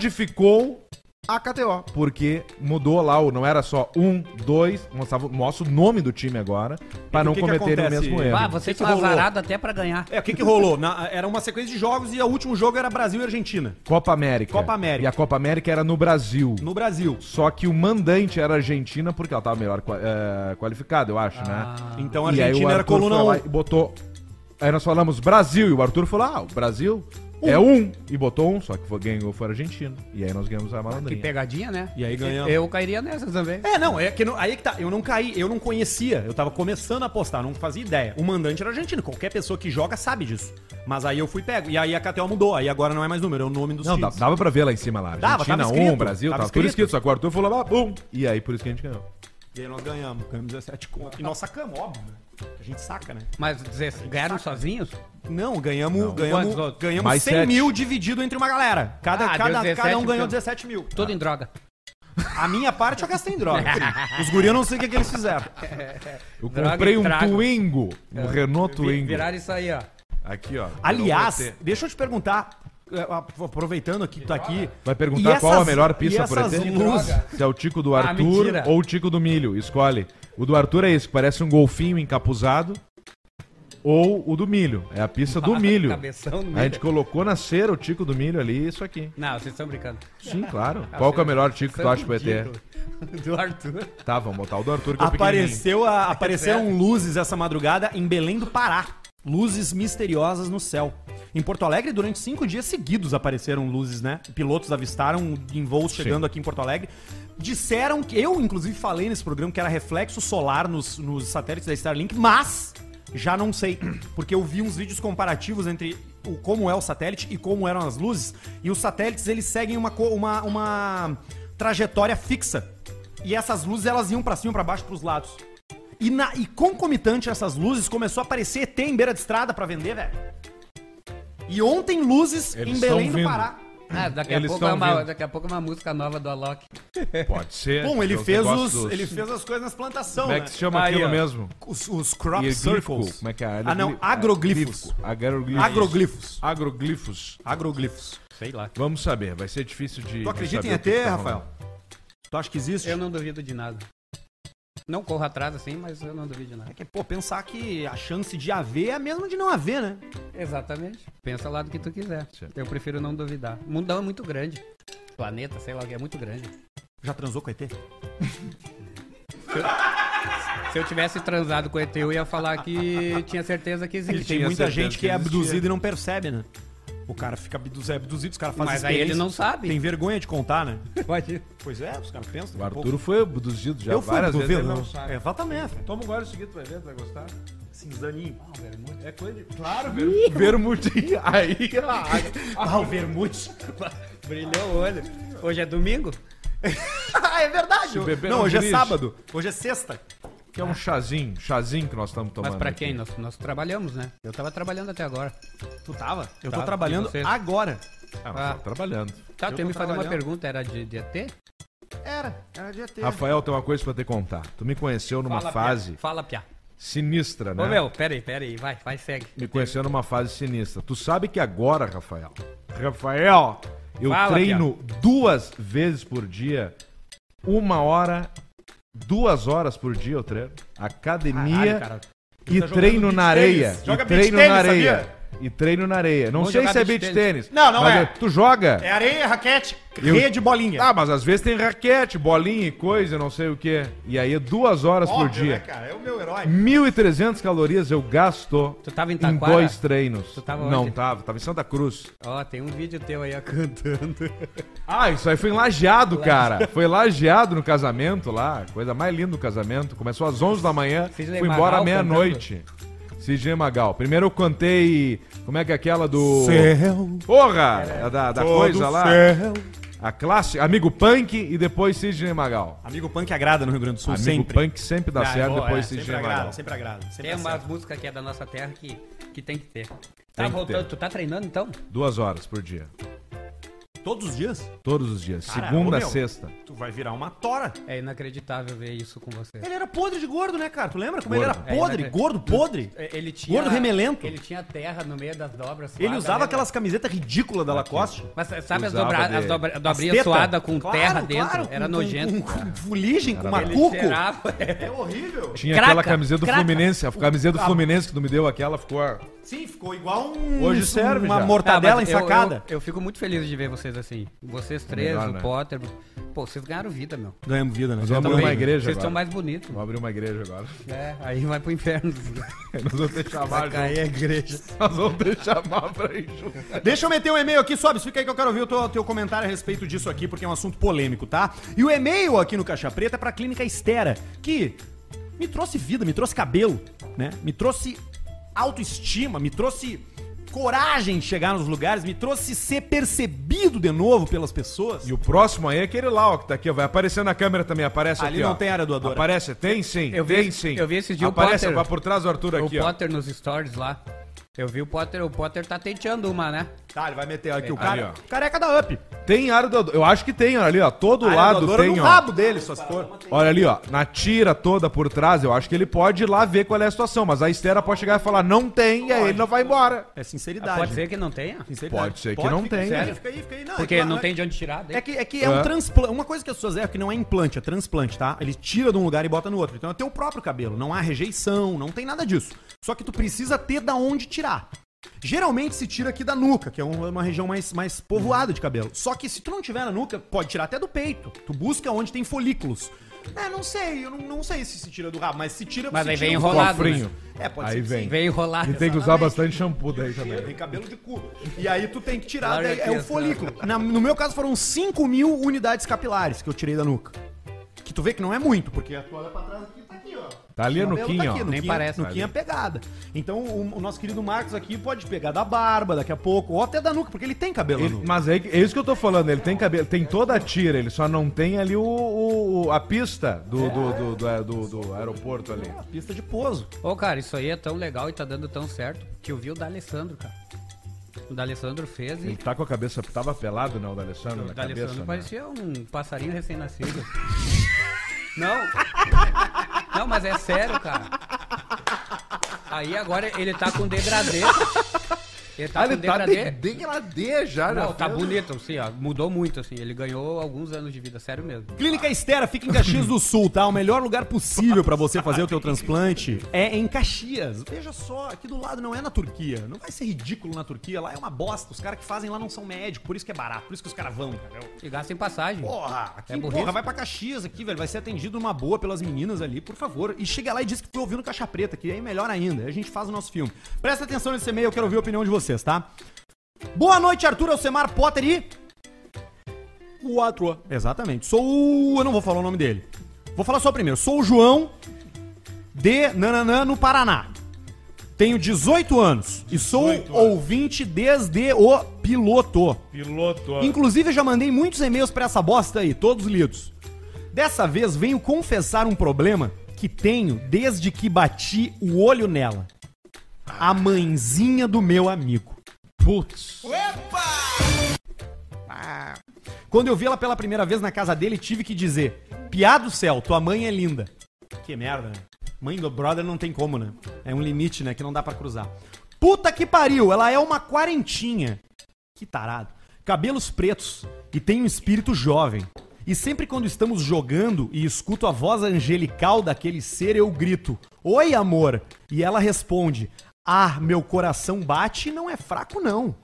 Speaker 2: modificou a KTO, porque mudou lá, o não era só um, dois, mostrava o nosso nome do time agora, pra
Speaker 1: E
Speaker 2: não
Speaker 1: por que que
Speaker 2: cometerem o
Speaker 1: acontece?
Speaker 2: mesmo erro.
Speaker 6: Ah, você
Speaker 1: Que que
Speaker 6: tá
Speaker 1: rolou?
Speaker 6: azarado até pra ganhar.
Speaker 1: É, o que que rolou? Na- era uma sequência de jogos e o último jogo era Brasil e Argentina.
Speaker 2: Copa América.
Speaker 1: Copa América.
Speaker 2: E a Copa América era no Brasil.
Speaker 1: No Brasil.
Speaker 2: Só que o mandante era a Argentina, porque ela tava melhor qua- eh, qualificada, eu acho, né?
Speaker 1: Então a
Speaker 2: E aí o
Speaker 1: Argentina era
Speaker 2: Arthur
Speaker 1: coluna
Speaker 2: foi
Speaker 1: 1.
Speaker 2: lá e botou. Aí nós falamos Brasil, e o Arthur falou: Ah, o Brasil? É um. E botou um, só que foi- ganhou foi a Argentina. E aí nós
Speaker 1: Ah,
Speaker 2: ganhamos a
Speaker 6: Que
Speaker 2: malandrinha.
Speaker 6: pegadinha, né?
Speaker 1: E aí ganhamos.
Speaker 6: Eu cairia nessa também.
Speaker 1: É, não, é que não- aí que tá. Eu não caí, eu não conhecia. Eu tava começando a apostar, não fazia ideia. O mandante era argentino, qualquer pessoa que joga sabe disso. Mas aí eu fui pego. E aí a KTO mudou, aí agora não é mais número, é o nome dos
Speaker 2: Não, dá-
Speaker 1: times.
Speaker 2: dava pra ver lá em cima lá.
Speaker 1: Dava,
Speaker 2: Argentina
Speaker 1: tava
Speaker 2: 1,
Speaker 1: escrito,
Speaker 2: Brasil,
Speaker 1: tava
Speaker 2: tava, tudo
Speaker 1: escrito.
Speaker 2: escrito. Só que o Arthur falou lá, bum. E aí por isso que a gente ganhou.
Speaker 1: E aí nós ganhamos, ganhamos 17 conto. E nós sacamos, óbvio, né? A gente saca, né?
Speaker 6: Mas dizer, ganharam sozinhos?
Speaker 1: Não, ganhamos, ganhamos,
Speaker 6: Quantos outros?
Speaker 1: ganhamos
Speaker 2: Mais
Speaker 1: 100
Speaker 2: sete.
Speaker 1: mil dividido entre uma galera. Cada,
Speaker 6: Ah, deu
Speaker 1: cada,
Speaker 6: 17
Speaker 1: cada um ganhou
Speaker 6: pelo-
Speaker 1: 17 mil.
Speaker 6: Todo em droga.
Speaker 1: A minha parte eu gastei em droga. filho. Os guri eu não sei o que, que eles fizeram.
Speaker 2: Eu
Speaker 6: Droga
Speaker 2: comprei
Speaker 6: e
Speaker 2: um
Speaker 6: trago.
Speaker 2: Twingo.
Speaker 1: É.
Speaker 2: Um Renault
Speaker 6: Vi-
Speaker 2: Twingo.
Speaker 6: Viraram isso aí, ó.
Speaker 2: Aqui, ó.
Speaker 1: Aliás,
Speaker 2: Virou um ET.
Speaker 1: deixa eu te perguntar, é, apro- aproveitando aqui que tá aqui.
Speaker 2: Vai
Speaker 1: e
Speaker 2: perguntar
Speaker 1: essas-
Speaker 2: qual a melhor
Speaker 1: e
Speaker 2: pista por
Speaker 1: essas
Speaker 2: ET?
Speaker 1: luzes?
Speaker 2: Se é o tico do
Speaker 6: Ah,
Speaker 2: Arthur
Speaker 6: mentira.
Speaker 2: ou o tico do milho. Escolhe. O do Arthur é esse, que parece um golfinho encapuzado. Ou o do milho. É a pista do milho.
Speaker 6: Cabeção do
Speaker 2: A
Speaker 6: milho.
Speaker 2: gente colocou na cera o tico do milho ali e isso aqui.
Speaker 6: Não, vocês estão brincando.
Speaker 2: Sim, claro.
Speaker 1: Tá
Speaker 2: Qual que é o melhor tico que tu acha pro ET?
Speaker 6: ET? Do Arthur.
Speaker 2: Tá, vamos botar o do Arthur que é o pequenininho.
Speaker 1: Apareceu a- apareceram luzes essa madrugada em Belém do Pará. Luzes misteriosas no céu. Em Porto Alegre, durante cinco dias seguidos apareceram luzes, né? Pilotos avistaram em voos chegando aqui em Porto Alegre. Disseram que. Eu, inclusive, falei nesse programa que era reflexo solar nos, nos satélites da Starlink, mas já não sei. Porque eu vi uns vídeos comparativos entre o como é o satélite e como eram as luzes. E os satélites, eles seguem uma, co- uma, uma trajetória fixa. E essas luzes elas iam pra cima, pra baixo, pros lados. E, na, e concomitante a essas luzes começou a aparecer ET em beira de estrada pra vender, velho. E ontem luzes
Speaker 2: Eles
Speaker 1: em Belém
Speaker 2: tão
Speaker 1: do
Speaker 2: vindo.
Speaker 1: Pará.
Speaker 6: Ah, daqui, a
Speaker 2: Eles
Speaker 6: pouco é
Speaker 2: tão
Speaker 6: uma,
Speaker 2: vindo.
Speaker 6: daqui a pouco é uma música nova do Alok.
Speaker 2: Pode ser.
Speaker 1: Bom, ele
Speaker 2: Tem uns
Speaker 1: fez, os,
Speaker 2: negócios é dos-
Speaker 1: ele fez as coisas nas plantações,
Speaker 2: Como é
Speaker 1: né?
Speaker 2: que se chama
Speaker 6: Tá aí,
Speaker 2: aquilo
Speaker 6: ó.
Speaker 2: mesmo?
Speaker 1: Os, os crop
Speaker 2: Hieroglífico?
Speaker 1: circles.
Speaker 2: Como é que é?
Speaker 1: Ah, não. Agroglifos.
Speaker 2: Agroglifos.
Speaker 1: Agroglifos.
Speaker 2: Agroglifos.
Speaker 1: Agroglifos.
Speaker 6: Sei lá.
Speaker 2: Vamos saber, vai ser difícil de.
Speaker 1: Tu acredita
Speaker 2: saber
Speaker 1: em
Speaker 2: o
Speaker 1: ET,
Speaker 2: que que tá
Speaker 1: Rafael?
Speaker 2: rolando.
Speaker 1: Tu acha que existe?
Speaker 6: Eu não duvido de nada. Não corro atrás assim, mas eu não duvido de nada.
Speaker 1: É que, pô, pensar que a chance de haver é a mesma de não haver, né?
Speaker 6: Exatamente. Pensa lá do que tu quiser.
Speaker 2: Certo.
Speaker 6: Eu prefiro não duvidar. O mundão é muito grande. O Planeta, sei lá, o que, é muito grande.
Speaker 1: Já transou com ET?
Speaker 6: Se eu tivesse transado com o ET, eu ia falar que tinha certeza que
Speaker 1: Ele
Speaker 6: existe.
Speaker 1: tem muita
Speaker 2: certeza
Speaker 1: gente que,
Speaker 2: que
Speaker 1: é
Speaker 2: existia.
Speaker 1: abduzido e não percebe, né? O cara fica abduzido, é abduzido os caras fazem
Speaker 6: Mas aí ele
Speaker 1: experiência.
Speaker 6: não sabe.
Speaker 1: Tem vergonha de contar, né?
Speaker 6: Pode.
Speaker 1: Pois é, os caras pensam.
Speaker 2: O Arturo foi abduzido já
Speaker 1: eu fui
Speaker 2: várias vezes.
Speaker 1: abduzido.
Speaker 2: ele não
Speaker 1: não.
Speaker 2: sabe.
Speaker 1: É, Exatamente.
Speaker 2: Toma um gole seguido, tu vai ver, tu vai gostar.
Speaker 1: Cinzaninho.
Speaker 2: É com ele. Claro, ver, vermudinho. Aí, ó.
Speaker 1: Ah, o vermute.
Speaker 6: Brilhou o olho. Hoje é domingo?
Speaker 1: ah, é verdade.
Speaker 2: beber,
Speaker 1: não,
Speaker 2: não
Speaker 1: hoje é
Speaker 2: dirige.
Speaker 1: sábado. Hoje é sexta.
Speaker 2: Que é um chazinho, chazinho que nós estamos tomando.
Speaker 6: Mas pra
Speaker 2: aqui.
Speaker 6: quem? Nós, nós trabalhamos, né? Eu tava trabalhando até agora.
Speaker 1: Tu tava? Eu tô
Speaker 6: Tava.
Speaker 1: trabalhando
Speaker 6: E você?
Speaker 1: agora.
Speaker 2: Ah, nós
Speaker 6: Ah.
Speaker 2: estamos trabalhando.
Speaker 6: Tá,
Speaker 1: Eu
Speaker 6: tu ia
Speaker 1: tô
Speaker 6: me fazer uma
Speaker 1: trabalhando.
Speaker 6: pergunta, era de, de ET?
Speaker 1: Era. Era de ET.
Speaker 2: Rafael, tem uma coisa pra te contar. Tu me conheceu numa
Speaker 6: Fala, Pia.
Speaker 2: fase
Speaker 6: Fala, Pia.
Speaker 2: sinistra, né?
Speaker 6: Ô, meu, pera aí, pera aí. Vai, vai, segue.
Speaker 2: Me conheceu numa fase sinistra. Tu sabe que agora, Rafael. Rafael, eu
Speaker 6: Fala,
Speaker 2: treino duas vezes por dia, uma hora, duas horas por dia eu treino. Academia
Speaker 6: Caralho, cara.
Speaker 2: e
Speaker 1: tá jogando
Speaker 2: treino
Speaker 1: beach
Speaker 2: na areia.
Speaker 1: tênis.
Speaker 2: E
Speaker 1: Joga beach
Speaker 2: treino
Speaker 1: tênis,
Speaker 2: na areia.
Speaker 1: sabia?
Speaker 2: E treino na areia. Não
Speaker 6: Vamos
Speaker 2: sei
Speaker 6: jogar
Speaker 2: se é
Speaker 6: beach
Speaker 2: beach
Speaker 6: tênis.
Speaker 2: tênis.
Speaker 1: Não, não
Speaker 2: mas
Speaker 1: é.
Speaker 2: eu- Tu joga?
Speaker 1: É areia, raquete,
Speaker 2: Eu-
Speaker 1: rede de bolinha.
Speaker 2: Ah, mas às vezes tem raquete, bolinha e coisa, não sei o quê. E aí é duas horas por
Speaker 1: Óbvio,
Speaker 2: dia.
Speaker 1: né, cara? É o meu herói.
Speaker 2: 1.300 calorias eu gasto
Speaker 6: Tu tava em
Speaker 2: em
Speaker 6: Taquara?
Speaker 2: dois treinos.
Speaker 6: Tu tava
Speaker 2: Não
Speaker 6: onde?
Speaker 2: tava, tava em Santa Cruz.
Speaker 6: Ó, tem um vídeo teu aí ó, cantando.
Speaker 2: Ah, isso aí foi em lajeado, cara. Foi lajeado no casamento lá. Coisa mais linda do casamento. Começou às 11 da manhã,
Speaker 6: Sidney
Speaker 2: fui embora à
Speaker 6: Magal
Speaker 2: meia-noite. Sidney Magal. Primeiro eu cantei. Como é que é aquela do. Porra! a Da, da coisa lá. A clássica. Amigo Punk e depois Sidney Magal.
Speaker 1: Amigo punk agrada no Rio Grande do Sul,
Speaker 2: Amigo
Speaker 1: sempre.
Speaker 2: Punk sempre dá
Speaker 6: Ah,
Speaker 2: certo,
Speaker 6: boa,
Speaker 2: depois
Speaker 6: é,
Speaker 2: Sidney
Speaker 1: Sempre
Speaker 2: Magal.
Speaker 1: agrada, sempre agrada. Sempre
Speaker 6: Tem
Speaker 1: acerta.
Speaker 6: umas músicas que é da nossa terra que, que tem que ter.
Speaker 2: Tem
Speaker 6: Tá
Speaker 2: que
Speaker 6: voltando,
Speaker 2: ter.
Speaker 6: tu tá treinando então?
Speaker 2: Duas horas por dia.
Speaker 1: Todos os dias?
Speaker 2: Todos os dias.
Speaker 1: Cara,
Speaker 2: segunda
Speaker 1: ô,
Speaker 2: a
Speaker 1: meu.
Speaker 2: sexta.
Speaker 1: Tu vai virar uma tora.
Speaker 6: É inacreditável ver isso com você.
Speaker 1: Ele era podre de gordo, né, cara? Tu lembra como
Speaker 2: Gordo.
Speaker 1: ele era podre,
Speaker 6: É, né?
Speaker 1: gordo, podre?
Speaker 6: É, Ele tinha.
Speaker 1: Gordo remelento.
Speaker 6: Ele tinha terra no meio das dobras.
Speaker 1: Ele
Speaker 6: suada,
Speaker 1: usava
Speaker 6: né?
Speaker 1: aquelas camisetas ridículas da Lacoste.
Speaker 6: Mas sabe as,
Speaker 2: Usava
Speaker 6: dobra,
Speaker 2: de-
Speaker 6: as dobra,
Speaker 1: As
Speaker 6: dobrinhas
Speaker 1: teta.
Speaker 6: suadas com
Speaker 1: Claro,
Speaker 6: terra dentro?
Speaker 1: claro,
Speaker 6: Era
Speaker 1: com-
Speaker 6: nojento.
Speaker 1: Com, com, com fuligem, com
Speaker 2: Era
Speaker 1: macuco.
Speaker 6: cheirava.
Speaker 1: É horrível.
Speaker 2: Tinha
Speaker 6: Craca,
Speaker 2: aquela camiseta do
Speaker 6: craca.
Speaker 2: Fluminense. A camiseta do
Speaker 1: Ah.
Speaker 2: Fluminense que tu me deu aquela ficou. ah,
Speaker 1: Sim, ficou igual um,
Speaker 2: Hoje serve
Speaker 1: uma
Speaker 2: já.
Speaker 1: mortadela
Speaker 6: Ah, mas eu-
Speaker 1: ensacada.
Speaker 6: Eu, eu fico muito feliz de ver vocês assim. Vocês três,
Speaker 2: Melhor,
Speaker 6: o
Speaker 2: né?
Speaker 6: Potter. Pô, vocês ganharam vida, meu.
Speaker 1: Ganhamos vida, né?
Speaker 2: Nós vamos abrir uma igreja
Speaker 6: Vocês estão
Speaker 2: agora.
Speaker 6: mais bonitos.
Speaker 2: Vamos abrir uma igreja agora.
Speaker 6: É, aí vai pro inferno.
Speaker 2: Nós vamos ter chamar,
Speaker 6: Cair a igreja.
Speaker 2: nós vamos ter chamar pra ir junto.
Speaker 1: Deixa eu meter um e-mail aqui, Sobs, fica aí que eu quero ouvir o teu, teu comentário a respeito disso aqui, porque é um assunto polêmico, tá? E o e-mail aqui no Caixa Preta é pra Clínica Estera, que me trouxe vida, me trouxe cabelo, né? Me trouxe autoestima, me trouxe coragem de chegar nos lugares, me trouxe ser percebido de novo pelas pessoas.
Speaker 2: E o próximo aí é aquele lá, ó, que tá aqui, ó. Vai aparecer na câmera também, aparece
Speaker 1: Ali
Speaker 2: aqui,
Speaker 1: não
Speaker 2: ó.
Speaker 1: tem área doadora.
Speaker 2: Aparece, tem sim,
Speaker 6: Eu vi-
Speaker 2: tem sim.
Speaker 6: eu vi esse dia o
Speaker 2: Aparece,
Speaker 6: Potter-
Speaker 2: vai por trás do Arthur
Speaker 6: O
Speaker 2: Tá aqui, ó.
Speaker 6: Potter nos stories lá. Eu vi o Potter, o Potter tá tenteando uma, né?
Speaker 1: Tá, ele vai meter aqui o
Speaker 2: Ali,
Speaker 1: cara.
Speaker 2: É, ó.
Speaker 1: Careca da Up.
Speaker 2: Tem área doadora. Eu acho que tem, olha ali, ó. Todo
Speaker 1: Área
Speaker 2: lado
Speaker 1: doadora
Speaker 2: tem,
Speaker 1: no
Speaker 2: ó.
Speaker 1: rabo dele, só se for.
Speaker 2: Olha ali, ó. Na tira toda por trás, eu acho que ele pode ir lá ver qual é a situação. Mas a Estera pode chegar e falar, não tem, e aí ele não vai embora.
Speaker 1: É sinceridade.
Speaker 6: Pode ser que não tenha.
Speaker 1: Sinceridade.
Speaker 2: Pode ser que não
Speaker 1: fica-
Speaker 2: tenha.
Speaker 1: Sério, fica aí, fica aí. Não, é
Speaker 6: Porque
Speaker 1: que-
Speaker 6: não tem de onde tirar. daí.
Speaker 1: É que é, que é um
Speaker 2: É.
Speaker 1: transplante. Uma coisa que as pessoas erram é que não é implante, é transplante, tá? Ele tira de um lugar e bota no outro. Então é teu próprio cabelo, não há rejeição, não tem nada disso. Só que tu precisa ter da onde tirar. Geralmente se tira aqui da nuca, que é um- uma região mais, mais povoada de cabelo. Só que se tu não tiver na nuca, pode tirar até do peito. Tu busca onde tem folículos. É, não sei, eu não, não sei se se tira do rabo, mas se tira
Speaker 6: Mas
Speaker 1: se
Speaker 6: aí
Speaker 1: tira
Speaker 6: vem
Speaker 1: do-
Speaker 6: enrolado.
Speaker 2: cofrinho.
Speaker 6: né?
Speaker 1: É, pode
Speaker 2: Aí
Speaker 1: ser que
Speaker 2: vem.
Speaker 6: Vem enrolado.
Speaker 2: E tem que usar bastante shampoo daí também.
Speaker 1: Tem cabelo de cu. E aí tu tem que tirar
Speaker 6: Larga né?
Speaker 1: daí, é
Speaker 6: aqui
Speaker 1: o
Speaker 6: as
Speaker 1: folículo. Na- no meu caso foram 5 mil unidades capilares que eu tirei da nuca. Que tu vê que não é muito, porque a toalha pra trás aqui tá aqui, ó.
Speaker 2: Tá ali
Speaker 1: O
Speaker 2: a
Speaker 1: cabelo
Speaker 2: nuquinha,
Speaker 1: aqui,
Speaker 2: ó.
Speaker 1: nuquinha-
Speaker 6: Nem parece.
Speaker 1: Nuquinha é pegada. Então o, o nosso querido Marcos aqui pode pegar da barba daqui a pouco, ou até da nuca, porque ele tem cabelo
Speaker 2: Ele-
Speaker 1: na nuca.
Speaker 2: mas é, que- é isso que eu tô falando, ele tem cabelo, tem toda a tira, ele só não tem ali o, o- o- a pista do, do, do, é, do- do- do aeroporto ali.
Speaker 1: Pista de pouso.
Speaker 6: Ô, cara, isso aí é tão legal e tá dando tão certo que eu vi o D'Alessandro, cara. O D'Alessandro fez
Speaker 2: Ele
Speaker 6: e
Speaker 2: tá com a cabeça, tava pelado, né, o D'Alessandro
Speaker 6: o
Speaker 2: na cabeça.
Speaker 6: D'Alessandro
Speaker 2: né?
Speaker 6: parecia um passarinho recém-nascido. Não. Não, mas é sério, cara. Aí agora ele tá com degradê. Ele tá
Speaker 2: Ah,
Speaker 6: com
Speaker 2: ele tá
Speaker 6: degradê.
Speaker 2: de, degradê já, né?
Speaker 6: Não, tá bonito, assim, ó. Mudou muito, assim. Ele ganhou alguns anos de vida, sério mesmo.
Speaker 1: Clínica Estera fica em Caxias do Sul, tá? O melhor lugar possível pra você fazer o teu transplante é em Caxias. Veja só, aqui do lado não é na Turquia. Não vai ser ridículo na Turquia, lá é uma bosta. Os caras que fazem lá não são médicos, por isso que é barato, por isso que os caras vão, entendeu?
Speaker 6: E gasta em passagem.
Speaker 1: Porra, aqui,
Speaker 6: É burrice.
Speaker 1: porra, vai pra Caxias aqui, velho. Vai ser atendido numa boa pelas meninas ali, por favor. E chega lá e diz que foi ouvindo Caixa Preta, que aí melhor ainda. A gente faz o nosso filme. Presta atenção nesse e-mail, eu quero ouvir a opinião de vocês, tá? Boa noite, Arthur Alcemar Potter e. Quatro. Exatamente. Sou o. Eu não vou falar o nome dele. Vou falar só o primeiro. Sou o João de Nananã, no Paraná. Tenho 18 anos e sou ouvinte desde o piloto.
Speaker 2: Piloto.
Speaker 1: Inclusive, eu já mandei muitos e-mails pra essa bosta aí, todos lidos. Dessa vez, venho confessar um problema que tenho desde que bati o olho nela. A mãezinha do meu amigo.
Speaker 2: Putz.
Speaker 1: Ah. Quando eu vi ela pela primeira vez na casa dele, tive que dizer: Piá do céu, tua mãe é linda. Que merda, né? Mãe do brother não tem como, né? É um limite, né? Que não dá pra cruzar. Puta que pariu, ela é uma quarentinha. Que tarado. Cabelos pretos e tem um espírito jovem. E sempre quando estamos jogando e escuto a voz angelical daquele ser, eu grito: Oi, amor! E ela responde: Ah, meu coração bate e não é fraco, não.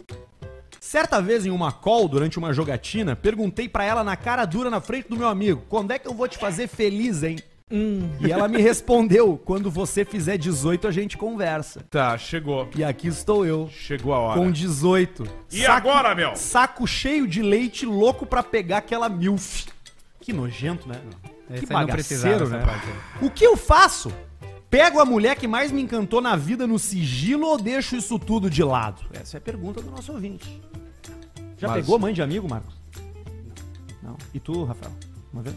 Speaker 1: Certa vez em uma call durante uma jogatina, perguntei pra ela na cara dura na frente do meu amigo: "Quando é que eu vou te fazer feliz, hein?" E ela me respondeu: "Quando você fizer 18 a gente conversa".
Speaker 2: Tá, chegou.
Speaker 1: E aqui estou eu,
Speaker 2: Chegou a hora.
Speaker 1: com 18.
Speaker 2: E agora, meu?
Speaker 1: Saco cheio de leite, louco pra pegar aquela milf. Que nojento, né?
Speaker 6: Esse
Speaker 1: que
Speaker 6: aí não precisava,
Speaker 1: bagaceiro,
Speaker 6: essa
Speaker 1: né?
Speaker 6: parte aí.
Speaker 1: O que eu faço? Pego a mulher que mais me encantou na vida no sigilo ou deixo isso tudo de lado? Essa é a pergunta do nosso ouvinte. Já
Speaker 2: Mas-
Speaker 1: pegou mãe de amigo, Marcos? Não. E tu, Rafael? Uma vez?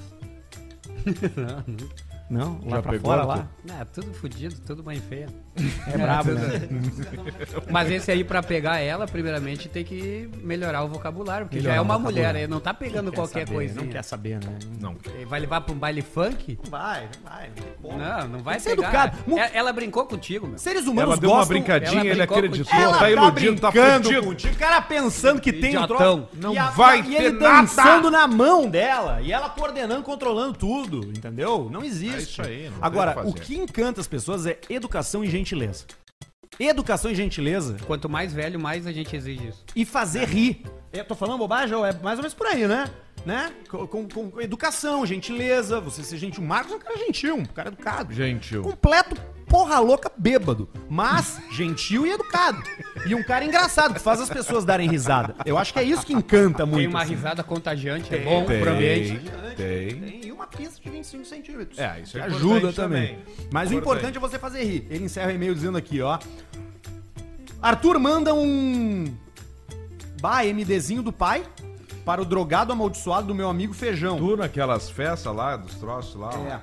Speaker 1: Não, lá
Speaker 2: Já
Speaker 1: pra
Speaker 2: pegou,
Speaker 1: fora,
Speaker 2: Arthur?
Speaker 1: lá.
Speaker 6: Ah, tudo fudido, tudo mãe feia.
Speaker 1: É brabo, né?
Speaker 6: Mas esse aí, pra pegar ela, primeiramente tem que melhorar o vocabulário, porque
Speaker 1: Melhorar
Speaker 6: já é uma
Speaker 1: o vocabulário.
Speaker 6: mulher, ele não tá pegando
Speaker 1: Quer
Speaker 6: qualquer
Speaker 1: saber,
Speaker 6: coisinha.
Speaker 1: Não quer saber, né?
Speaker 2: Não.
Speaker 6: Ele Vai levar pra um baile funk?
Speaker 1: Não vai, não vai.
Speaker 6: Não, não vai
Speaker 1: Tem que ser
Speaker 6: pegar.
Speaker 1: educado. Mu-
Speaker 6: É- Ela brincou contigo, meu.
Speaker 1: Seres
Speaker 2: Ela
Speaker 1: humanos
Speaker 2: deu uma
Speaker 1: gostam...
Speaker 2: brincadinha,
Speaker 6: ela
Speaker 2: ele
Speaker 6: brincou
Speaker 2: acreditou,
Speaker 6: contigo.
Speaker 2: tá iludindo, tá fudido.
Speaker 1: contigo. O cara pensando que tem um
Speaker 6: Idiotão.
Speaker 1: troço.
Speaker 2: Não
Speaker 1: e a-
Speaker 2: vai
Speaker 1: E ele
Speaker 2: ter nada.
Speaker 1: dançando na mão dela. E ela coordenando, controlando tudo. Entendeu? Não existe.
Speaker 2: É isso aí, não tem o que
Speaker 1: Agora, o
Speaker 2: fazer.
Speaker 1: que encanta as pessoas é educação e gentileza. Educação e gentileza
Speaker 6: Quanto mais velho, mais a gente exige isso.
Speaker 1: É, e fazer rir. Eu tô falando bobagem ou é mais ou menos por aí, né? né? Com, com- com educação, gentileza, você ser gentil. O Marcos é um cara gentil, um cara educado.
Speaker 2: Gentil.
Speaker 1: Completo porra louca bêbado, mas gentil e educado. E um cara engraçado, que faz as pessoas darem risada. Eu acho que é isso que encanta muito.
Speaker 6: Tem uma
Speaker 1: assim.
Speaker 6: risada contagiante, é bom pro ambiente.
Speaker 2: tem.
Speaker 1: E uma pista de 25 centímetros.
Speaker 2: É, isso é
Speaker 1: ajuda
Speaker 2: importante
Speaker 1: também. Mas
Speaker 2: Importante.
Speaker 1: o importante é você fazer rir. Ele encerra o e-mail dizendo aqui, ó. Arthur manda um. Bah, MDzinho do pai para o drogado amaldiçoado do meu amigo Feijão.
Speaker 2: Tu naquelas festas lá, dos troços lá. ó.
Speaker 1: É.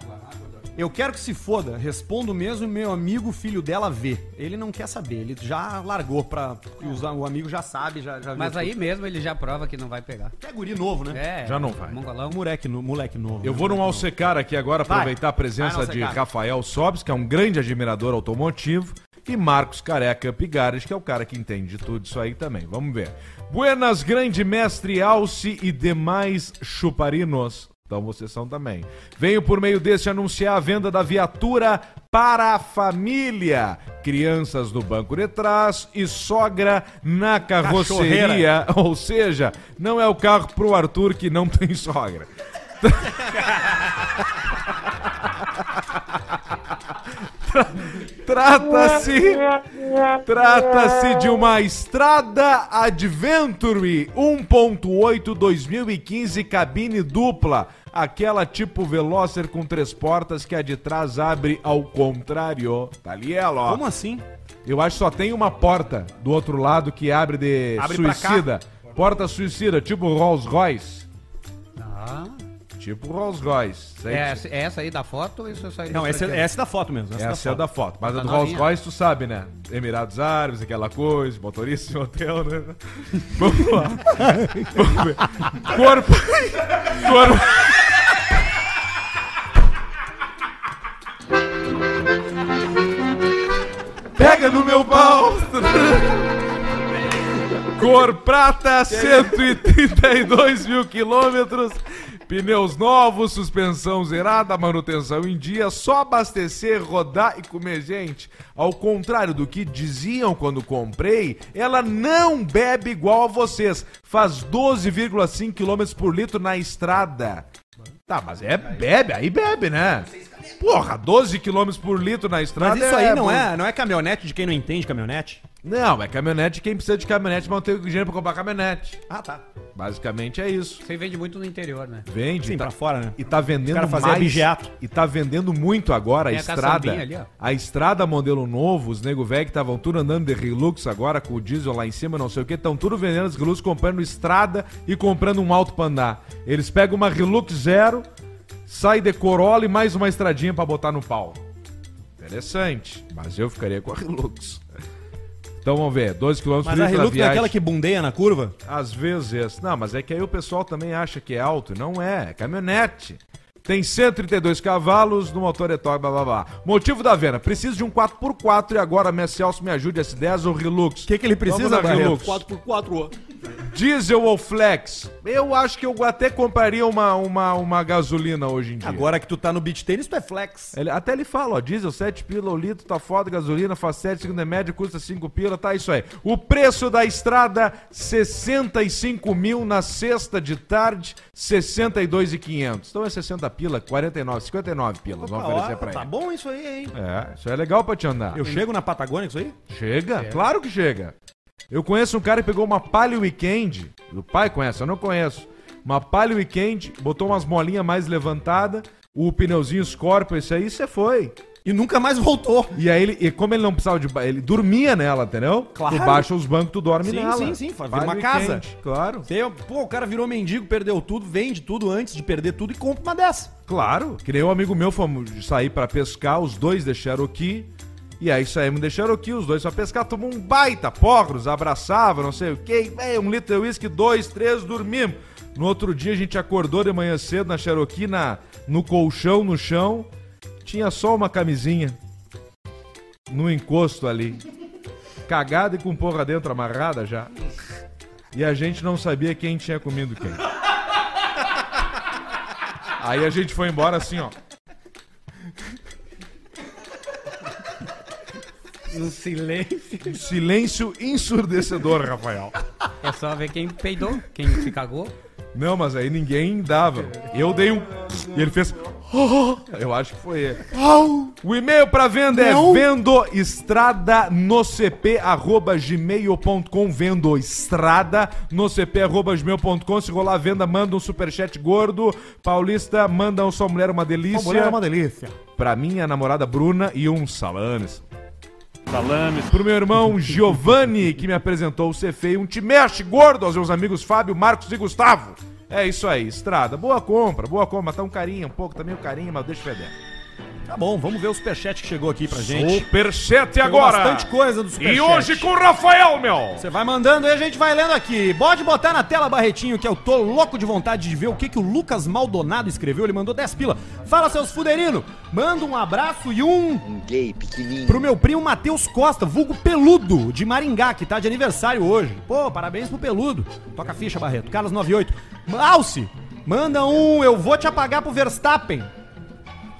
Speaker 1: Eu quero que se foda. Respondo mesmo, meu amigo, filho dela vê. Ele não quer saber, ele já largou pra. porque os- O amigo já sabe, já, já viu
Speaker 6: Mas
Speaker 1: tudo.
Speaker 6: aí mesmo ele já prova que não vai pegar.
Speaker 1: É guri novo, né?
Speaker 6: É,
Speaker 2: Já não vai.
Speaker 6: Mongolão.
Speaker 1: Moleque, no- moleque novo.
Speaker 2: Eu
Speaker 1: né?
Speaker 2: vou no Alcecar aqui agora,
Speaker 1: Vai.
Speaker 2: aproveitar a presença
Speaker 1: Vai no
Speaker 2: de
Speaker 1: Alcecar.
Speaker 2: Rafael Sobes, que é um grande admirador automotivo, e Marcos Careca Pigares, que é o cara que entende de tudo isso aí também. Vamos ver. Buenas, grande mestre Alce e demais chuparinos. Então vocês são também. Venho por meio deste anunciar a venda da viatura para a família. Crianças no banco de trás e sogra na carroceria. Ou seja, não é o carro pro Arthur que não tem sogra. Trata-se Trata-se de uma Estrada Adventure 1.8 2015 cabine dupla, aquela tipo Velocer com três portas que a de trás abre ao contrário. Tá ali ela, ó.
Speaker 1: Como assim?
Speaker 2: Eu acho que só tem uma porta do outro lado que abre de
Speaker 1: Abre pra cá.
Speaker 2: suicida. Porta suicida, tipo Rolls-Royce.
Speaker 6: Ah,
Speaker 2: Tipo Rolls-Royce. Sei
Speaker 6: é,
Speaker 2: que-
Speaker 6: essa- é essa aí da foto ou isso é aí da
Speaker 1: Não, essa, é-
Speaker 6: franquia?
Speaker 1: essa é da foto mesmo.
Speaker 2: Essa, é a da foto. Mas a do
Speaker 6: Tá
Speaker 2: Rolls
Speaker 6: novinha.
Speaker 2: Royce, tu sabe, né? Emirados Árabes, aquela coisa, motorista em hotel, né? Vamos lá. Vamos ver. Corpo. Corpo. Pega no meu pau! Cor prata, 132 mil quilômetros. Pneus novos, suspensão zerada, manutenção em dia, só abastecer, rodar e comer gente. Ao contrário do que diziam quando comprei, ela não bebe igual a vocês. Faz 12,5 km por litro na estrada. Tá, mas é bebe, aí bebe, né? Porra, 12 km por litro na estrada.
Speaker 1: Mas isso aí não
Speaker 2: bom.
Speaker 1: é, não é caminhonete de quem não entende caminhonete?
Speaker 2: Não, é caminhonete. Quem precisa de caminhonete, mas não tem dinheiro pra comprar caminhonete.
Speaker 1: Ah, tá.
Speaker 2: Basicamente é isso.
Speaker 6: Você vende muito no interior, né?
Speaker 2: Vende
Speaker 1: Sim,
Speaker 2: tá-
Speaker 1: pra fora, né?
Speaker 2: e tá vendendo
Speaker 1: caras faziam
Speaker 2: mais.
Speaker 1: abigeato.
Speaker 2: E tá vendendo muito agora a
Speaker 6: Tem a
Speaker 2: estrada.
Speaker 6: caçambinha ali, ó.
Speaker 2: a estrada modelo novo, os nego velho que estavam tudo andando de Hilux agora com o diesel lá em cima, não sei o que, estão tudo vendendo as Hilux, comprando estrada e comprando um alto pra andar. Eles pegam uma Hilux zero, sai de Corolla e mais uma estradinha pra botar no pau. Interessante, mas eu ficaria com a Hilux. Então vamos ver, 12 km
Speaker 1: Mas a Hilux não é
Speaker 2: viagem.
Speaker 1: aquela que bundeia na curva?
Speaker 2: Às vezes. Não, mas é que aí o pessoal também acha que é alto. Não é, é caminhonete. Tem 132 cavalos no motor etói, blá, blá, blá. Motivo da venda. Preciso de um 4x4 e agora minha Celso me ajude S10 ou Hilux.
Speaker 1: O que, que ele precisa,
Speaker 2: Vamos na
Speaker 1: Barreto?
Speaker 2: Hilux.
Speaker 5: Tipo, 4x4,
Speaker 2: Diesel ou Flex? Eu acho que eu até compraria uma, uma, uma gasolina hoje em dia.
Speaker 1: Agora que tu tá no beat tênis, tu é flex.
Speaker 2: Ele- até ele fala, ó, diesel 7 pila o litro, tá foda, gasolina, faz 7, segunda média, custa 5 pila, tá isso aí. O preço da estrada, 65 mil na sexta de tarde, 62,500. Então é 60 pila, 49, 59 pilas, vamos
Speaker 1: Ó,
Speaker 2: oferecer pra
Speaker 1: tá
Speaker 2: ele.
Speaker 1: bom isso aí, hein?
Speaker 2: É, isso é legal pra te andar.
Speaker 1: Eu chego na Patagônia com isso aí?
Speaker 2: Chega? Claro que chega. Eu conheço um cara que pegou uma Palio Weekend. O pai conhece, eu não conheço. Uma Palio Weekend, botou umas molinhas mais levantadas, o pneuzinho Scorpio, esse aí, você foi.
Speaker 1: E nunca mais voltou.
Speaker 2: E aí, ele, e como ele não precisava de. ba- Ele dormia nela, entendeu?
Speaker 1: Claro.
Speaker 2: Tu baixa os bancos, tu dorme
Speaker 1: Sim,
Speaker 2: nela.
Speaker 1: sim, sim, faz- vira
Speaker 2: Vale
Speaker 1: uma
Speaker 2: o
Speaker 1: casa.
Speaker 2: weekend, Claro.
Speaker 1: Tem- Pô, o cara virou mendigo, perdeu tudo, vende tudo antes de perder tudo e compra uma dessa.
Speaker 2: Claro. Que nem um amigo meu fomos sair pra pescar, os dois de Cherokee. E aí saímos de Cherokee, os dois pra pescar, tomou um baita porros, abraçava, não sei o quê. É, um litro de uísque, dois, três, dormimos. No outro dia a gente acordou de manhã cedo na Cherokee, na, no colchão, no chão. Tinha só uma camisinha. No encosto ali. Cagada e com porra dentro amarrada já. E a gente não sabia quem tinha comido quem. Aí a gente foi embora assim, ó.
Speaker 6: No silêncio.
Speaker 2: Um silêncio ensurdecedor, Rafael.
Speaker 6: É só ver quem peidou, quem se cagou.
Speaker 2: Não, mas aí ninguém dava. Eu dei um. E ele fez. "Oh." Eu acho que foi ele. O e-mail pra venda é vendoestradanocp.gmail.com vendoestradanocp.gmail.com Se rolar a venda, manda um superchat gordo. Paulista, manda um sua mulher é uma delícia.
Speaker 1: delícia.
Speaker 2: Pra minha namorada Bruna e um salames. Salames. Pro meu irmão Giovanni, que me apresentou o CFE e um Timeste gordo aos meus amigos Fábio, Marcos e Gustavo. É isso aí, estrada. Boa compra, boa compra. Tá um carinho, um pouco, tá meio carinho, mas deixa feder.
Speaker 1: Tá bom, vamos ver o superchat que chegou aqui pra gente.
Speaker 2: Superchat
Speaker 1: Chegou
Speaker 2: agora.
Speaker 1: bastante coisa do
Speaker 2: E
Speaker 1: superchat.
Speaker 2: hoje com o Rafael, meu.
Speaker 1: Você vai mandando e a gente vai lendo aqui. Pode botar na tela, Barretinho, que eu tô louco de vontade de ver o que, que o Lucas Maldonado escreveu. Ele mandou 10 pila. Fala, seus fuderino. Manda um abraço e um...
Speaker 7: Um gay pequenininho.
Speaker 1: Pro meu primo Matheus Costa, vulgo Peludo, de Maringá, que tá de aniversário hoje. Pô, parabéns pro Peludo. Toca a ficha, Barreto. Carlos 98. Alce, manda um eu vou te apagar pro Verstappen,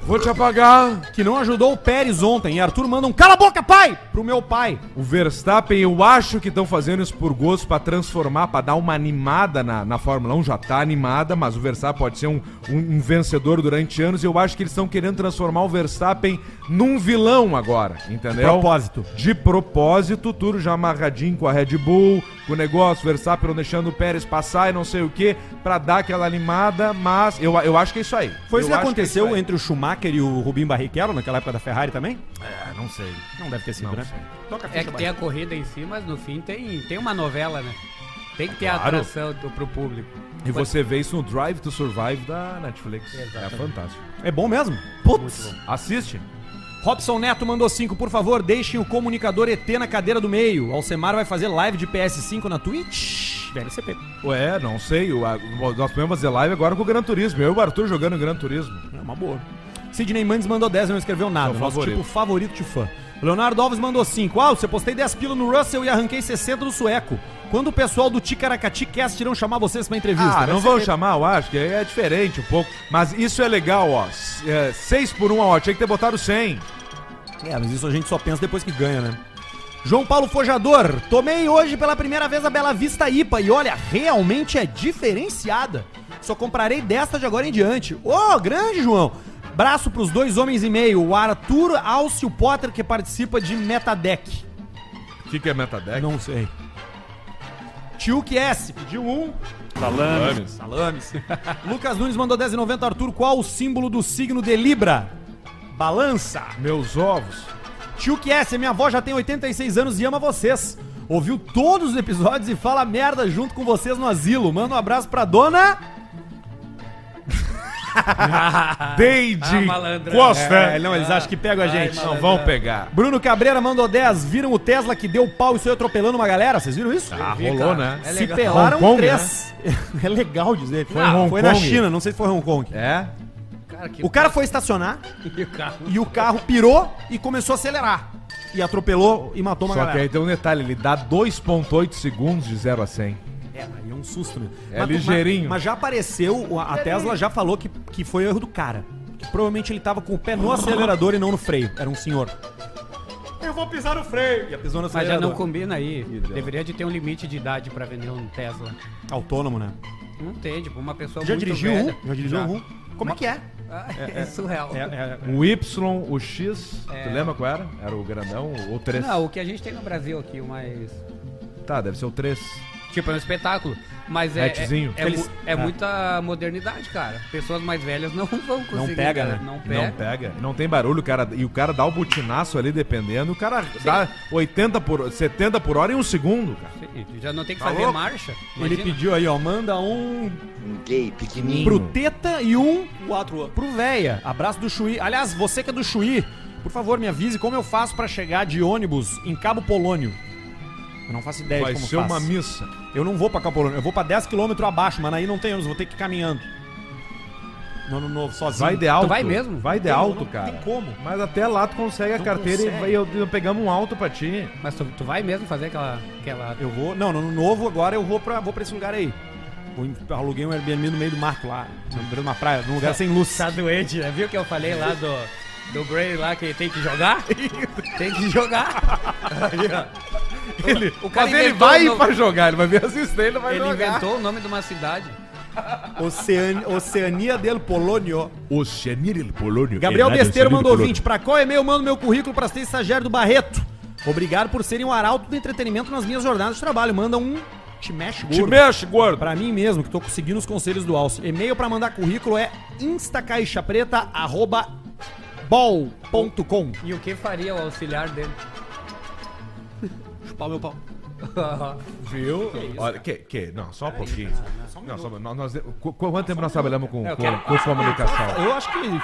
Speaker 2: Vou te apagar.
Speaker 1: que não ajudou o Pérez ontem. E Arthur manda um cala a boca, pai, pro meu pai.
Speaker 2: O Verstappen, eu acho que estão fazendo isso por gosto pra transformar, pra dar uma animada na, na Fórmula 1. Já tá animada, mas o Verstappen pode ser um, um- um vencedor durante anos. E eu acho que eles estão querendo transformar o Verstappen num vilão agora, entendeu?
Speaker 1: Propósito.
Speaker 2: De propósito, tudo já amarradinho com a Red Bull, com o negócio, o Verstappen não deixando o Pérez passar e não sei o que, pra dar aquela animada, mas eu, eu acho que é isso aí.
Speaker 1: Foi isso
Speaker 2: Eu
Speaker 1: que
Speaker 2: acho é
Speaker 1: aconteceu
Speaker 2: isso aí.
Speaker 1: entre o Schumacher e o Rubinho Barrichello, naquela época da Ferrari também?
Speaker 2: Ah, não sei.
Speaker 1: Não deve ter sido, né? Toca a
Speaker 6: É que tem a corrida em si, mas no fim tem, tem uma novela, né? Tem que ter a
Speaker 2: Claro.
Speaker 6: atração do, pro público.
Speaker 2: E você vê isso no Drive to Survive da Netflix. É fantástico.
Speaker 1: É bom mesmo? Putz.
Speaker 2: Assiste.
Speaker 1: Robson Neto mandou 5, por favor, deixem o comunicador ET na cadeira do meio. Alcemar vai fazer live de PS5 na Twitch. VLCP.
Speaker 2: Ué, não sei. o- a- o- Nós podemos fazer live agora com o Gran Turismo. Eu e o Arthur jogando Gran Turismo.
Speaker 1: É uma boa. Sidney Mendes mandou 10 e não escreveu nada.
Speaker 2: Meu
Speaker 1: Nosso
Speaker 2: favorito.
Speaker 1: tipo favorito de fã. Leonardo Alves mandou 5. Ah, você postei 10 pila no Russell e arranquei 60 do sueco. Quando o pessoal do Ticaracati Cast irão chamar vocês pra entrevista?
Speaker 2: Ah, não vão chamar, eu acho, que é diferente um pouco. Mas isso é legal, ó. 6 por 1, ó. Tinha que ter botado 100.
Speaker 1: É, mas isso a gente só pensa depois que ganha, né? João Paulo Fojador, tomei hoje pela primeira vez a Bela Vista IPA e olha, realmente é diferenciada. Só comprarei desta de agora em diante. Ô, grande João! Braço pros dois homens e meio, o Arthur Alcio Potter, que participa de Metadeck.
Speaker 2: O que, que é Metadeck?
Speaker 1: Não sei. Tio que S, pediu um.
Speaker 2: Salames.
Speaker 1: Salames. Lucas Nunes mandou 10,90. Arthur, qual o símbolo do signo de Libra? Balança.
Speaker 2: Meus ovos.
Speaker 1: Tio que essa, minha avó já tem 86 anos e ama vocês. Ouviu todos os episódios e fala merda junto com vocês no asilo. Manda um abraço pra dona.
Speaker 2: Deide
Speaker 6: Ah, malandra.
Speaker 2: Costa.
Speaker 1: É, não, eles acham que pegam a gente.
Speaker 2: Não vão pegar.
Speaker 1: Bruno Cabreira mandou 10. Viram o Tesla que deu pau e saiu atropelando uma galera? Vocês viram isso?
Speaker 2: Ah, rolou, né?
Speaker 1: Se pelaram
Speaker 2: Hong Kong,
Speaker 1: três. É legal dizer. Foi,
Speaker 2: em Hong
Speaker 1: foi na
Speaker 2: Kong.
Speaker 1: China, não sei se foi Hong Kong.
Speaker 2: É?
Speaker 6: Cara, que
Speaker 1: O cara foi estacionar
Speaker 6: o carro.
Speaker 1: e o carro pirou e começou a acelerar. E atropelou e matou uma
Speaker 2: Só que
Speaker 1: galera.
Speaker 2: aí tem um detalhe, ele dá 2.8 segundos de 0 a 100.
Speaker 1: É, aí é um susto mesmo.
Speaker 2: É ligeirinho.
Speaker 1: Mas, mas já apareceu, a a Tesla já falou que, que foi o erro do cara. Que provavelmente ele tava com o pé no acelerador e não no freio. Era um senhor. Eu vou pisar no freio. E a pisou no
Speaker 6: Mas já
Speaker 1: acelerador.
Speaker 6: não combina aí. Deveria de ter um limite de idade pra vender um Tesla.
Speaker 1: Autônomo, né?
Speaker 6: Não tem, tipo, uma pessoa
Speaker 1: Já
Speaker 6: muito
Speaker 1: dirigiu
Speaker 6: velha.
Speaker 1: um? Já dirigiu um? Como é que é?
Speaker 6: Ah, é, surreal.
Speaker 2: O Y, o X,
Speaker 6: É.
Speaker 2: tu lembra qual era? Era o grandão, o
Speaker 1: é.
Speaker 2: 3.
Speaker 6: Não, o que a gente tem no Brasil aqui, mas...
Speaker 2: Tá, deve ser o 3.
Speaker 6: Tipo, é um espetáculo. Mas é, é,
Speaker 2: Hatchzinho.
Speaker 6: é,
Speaker 1: Aqueles-
Speaker 6: mu- é
Speaker 1: Ah.
Speaker 6: muita modernidade, cara. Pessoas mais velhas não vão conseguir.
Speaker 1: pega,
Speaker 6: cara.
Speaker 1: né?
Speaker 6: Não pega.
Speaker 2: Não pega, não tem barulho, o cara. E o cara dá o butinaço ali, dependendo. O cara dá 80 por 70 por hora em um segundo, cara.
Speaker 6: Sim, Já não tem que
Speaker 2: Tá
Speaker 6: fazer
Speaker 2: louco?
Speaker 6: marcha.
Speaker 1: Ele
Speaker 6: Imagina.
Speaker 1: pediu aí, ó, manda um
Speaker 7: Um gay pequenininho.
Speaker 1: pro Teta e um pro Véia. Abraço do Chuí. Aliás, você que é do Chuí, por favor, me avise como eu faço pra chegar de ônibus em Cabo Polônio. Eu não faço ideia
Speaker 2: Vai
Speaker 1: de É, como
Speaker 2: ser
Speaker 1: faço.
Speaker 2: uma missa.
Speaker 1: Eu não vou pra Capolônia, eu vou pra 10km abaixo, mas aí não tem ônibus, vou ter que ir caminhando. No ano novo, sozinho.
Speaker 2: Vai de alto.
Speaker 6: vai mesmo?
Speaker 2: Vai de
Speaker 1: Não,
Speaker 2: alto,
Speaker 1: não
Speaker 2: cara.
Speaker 1: Tem como.
Speaker 2: Mas até lá tu consegue a
Speaker 1: Não
Speaker 2: carteira e
Speaker 1: consegue.
Speaker 2: vai- eu, eu pegamos um alto pra ti.
Speaker 6: Mas tu, tu vai mesmo fazer aquela. aquela...
Speaker 1: Eu vou. Não, no ano novo agora eu vou pra, vou pra esse lugar aí. Vou em- aluguei um Airbnb no meio do mato lá, no meio de uma praia, num lugar sem luz.
Speaker 6: Tá doente, né? Viu que eu falei lá do. Do Bray lá que tem que jogar? tem que jogar.
Speaker 2: Ele,
Speaker 6: o cara
Speaker 2: mas ele
Speaker 6: inventou
Speaker 2: vai
Speaker 6: no-
Speaker 2: pra jogar, ele vai ver assistir, ele vai
Speaker 6: Ele
Speaker 2: jogar.
Speaker 6: inventou o nome de uma cidade.
Speaker 1: Ocean- Oceania del Polônio.
Speaker 2: Oceanir Polônio.
Speaker 1: Gabriel
Speaker 2: Hernández
Speaker 1: Besteiro
Speaker 2: Oceanir
Speaker 1: mandou
Speaker 2: Polônio.
Speaker 1: 20. Pra qual e-mail mando meu currículo pra ser estagiário do Barreto? Obrigado por serem um arauto do entretenimento nas minhas jornadas de trabalho. Manda um te mexe gordo.
Speaker 2: Te mexe, gordo.
Speaker 1: Pra mim mesmo, que tô conseguindo os conselhos do Alce. E-mail pra mandar currículo é instacaixapreta.bol.com.
Speaker 6: E o que faria o auxiliar dele? Chupar meu pau.
Speaker 2: Viu? Olha, que, que, não, só um pouquinho. Não, só, nós, nós, qu- quanto tempo nós trabalhamos com,
Speaker 6: Eu
Speaker 2: com,
Speaker 6: quero-
Speaker 2: com comunicação?
Speaker 1: Eu acho que.
Speaker 6: eu, eu,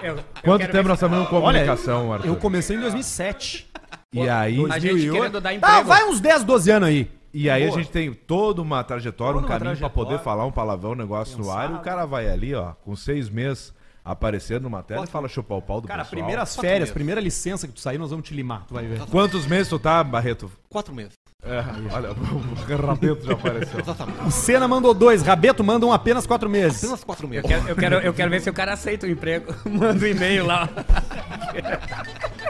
Speaker 6: eu
Speaker 2: Quanto
Speaker 6: quero
Speaker 2: tempo
Speaker 6: ver
Speaker 2: nós
Speaker 6: se-
Speaker 2: trabalhamos com
Speaker 1: Olha,
Speaker 2: comunicação, Arthur?
Speaker 1: Eu comecei em 2007.
Speaker 2: E aí,
Speaker 6: A gente
Speaker 1: 2008.
Speaker 6: querendo dar emprego.
Speaker 1: Ah, vai uns 10, 12 anos aí.
Speaker 2: e aí a gente tem toda uma trajetória, um
Speaker 1: Toda uma
Speaker 2: caminho pra
Speaker 1: trajetória.
Speaker 2: poder falar um palavrão, um negócio no ar. E o cara vai ali, ó, com seis meses aparecendo numa tela e fala chupar o pau do
Speaker 1: Cara,
Speaker 2: pessoal.
Speaker 1: primeiras férias, primeira licença que tu sair, nós vamos te limar. Tu vai ver.
Speaker 2: Quantos meses tu tá, Barreto?
Speaker 5: Quatro meses.
Speaker 2: É, olha, o Rabeto já apareceu.
Speaker 5: Exatamente.
Speaker 1: O Senna mandou dois, Rabeto manda um apenas quatro meses.
Speaker 5: Apenas quatro
Speaker 6: Eu
Speaker 5: meses.
Speaker 6: quero, eu, quero, eu quero ver se o cara aceita o emprego. Manda um e-mail lá.